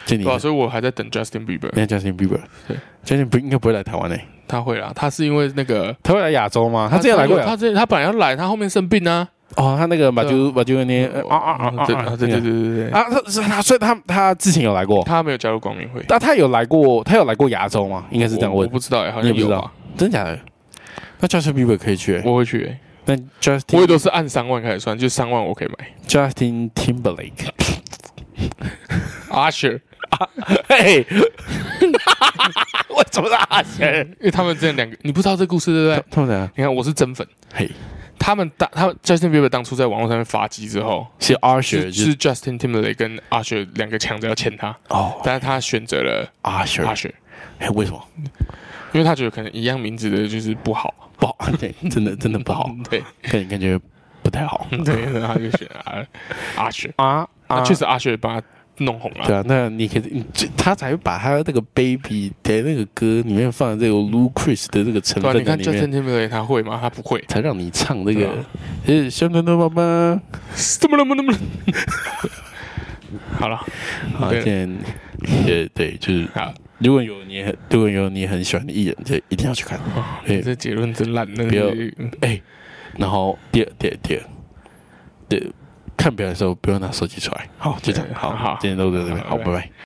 A: 就你
D: 对啊，所以我还在等 Justin Bieber，
A: 那 Justin Bieber，
D: 对
A: ，Justin 不应该不会来台湾诶、
D: 他会啦，他是因为那个
A: 他会来亚洲吗？他之前来过
D: 他
A: 亚，
D: 之前他本来要来，他后面生病啊，
A: 哦，他那个马
D: 对
A: 就马就那啊啊啊啊
D: 对
A: 啊，
D: 对对对对对，
A: 啊，他是他，所以他他之前有来过，
D: 他没有加入光明会，
A: 但他有来过，他有来过亚洲吗？应该是这样
D: 我我
A: 问，
D: 不知道哎，好
A: 你也
D: 像
A: 不知
D: 有
A: 道
D: 吧，
A: 真假的？那 Justin Bieber 可以去、欸，
D: 我会去哎。
A: 那
D: 我
A: Justin
D: 也都是按三万开始算，就三万我可以买。
A: Justin Timberlake，
D: Usher，
A: 嘿，我怎么是阿贤？
D: 因为他们这两个，你不知道这故事对不对？
A: 他们怎样？
D: 你看我是真粉，
A: 嘿，
D: 他们当他们 Justin Bieber 当初在网络上面发迹之后，
A: 是 R
D: 是
A: 雪，就是
D: 是 Justin Timberlake 跟 Usher 两个抢着要签他，
A: 哦
D: 但是他选择了
A: R 雪，
D: Usher，
A: 哎，为什么
D: 因为他觉得可能一样名字的就是不好，
A: 不好？ 对，真的真的不好，
D: 嗯 对嗯
A: 感感觉不太好。
D: 对，然后他就选了 Usher，
A: 啊
D: 那
A: 啊，
D: 确实 Usher 把他弄红
A: 对
D: 了。
A: 啊，那你可以，你这他才会把他那个 baby 的那个歌里面放的这个 Lou Chris 的这个成
D: 对啊，
A: 分
D: 你
A: 在
D: 看
A: 里面
D: Justin，Timberlake 他会吗？他不 会。
A: 才让你唱这
D: 对
A: 个
D: 啊。
A: 是香墩墩妈妈，
D: 怎么了？怎么了？怎 么了？好了，
A: 好，
D: 对
A: 现在也对，就是
D: 好，
A: 如果有你很，如果有你很喜欢的艺人，就一定要去看。对，
D: 哎这结论真烂，那
A: 不要
D: 是
A: 哎，然后第二，第二，第二，对，看表演的时候不要拿手机出来。好，就这样。
D: 对
A: 好，
D: 好
A: 今天都到这边，好，
D: 好拜
A: 拜
D: 拜
A: 拜。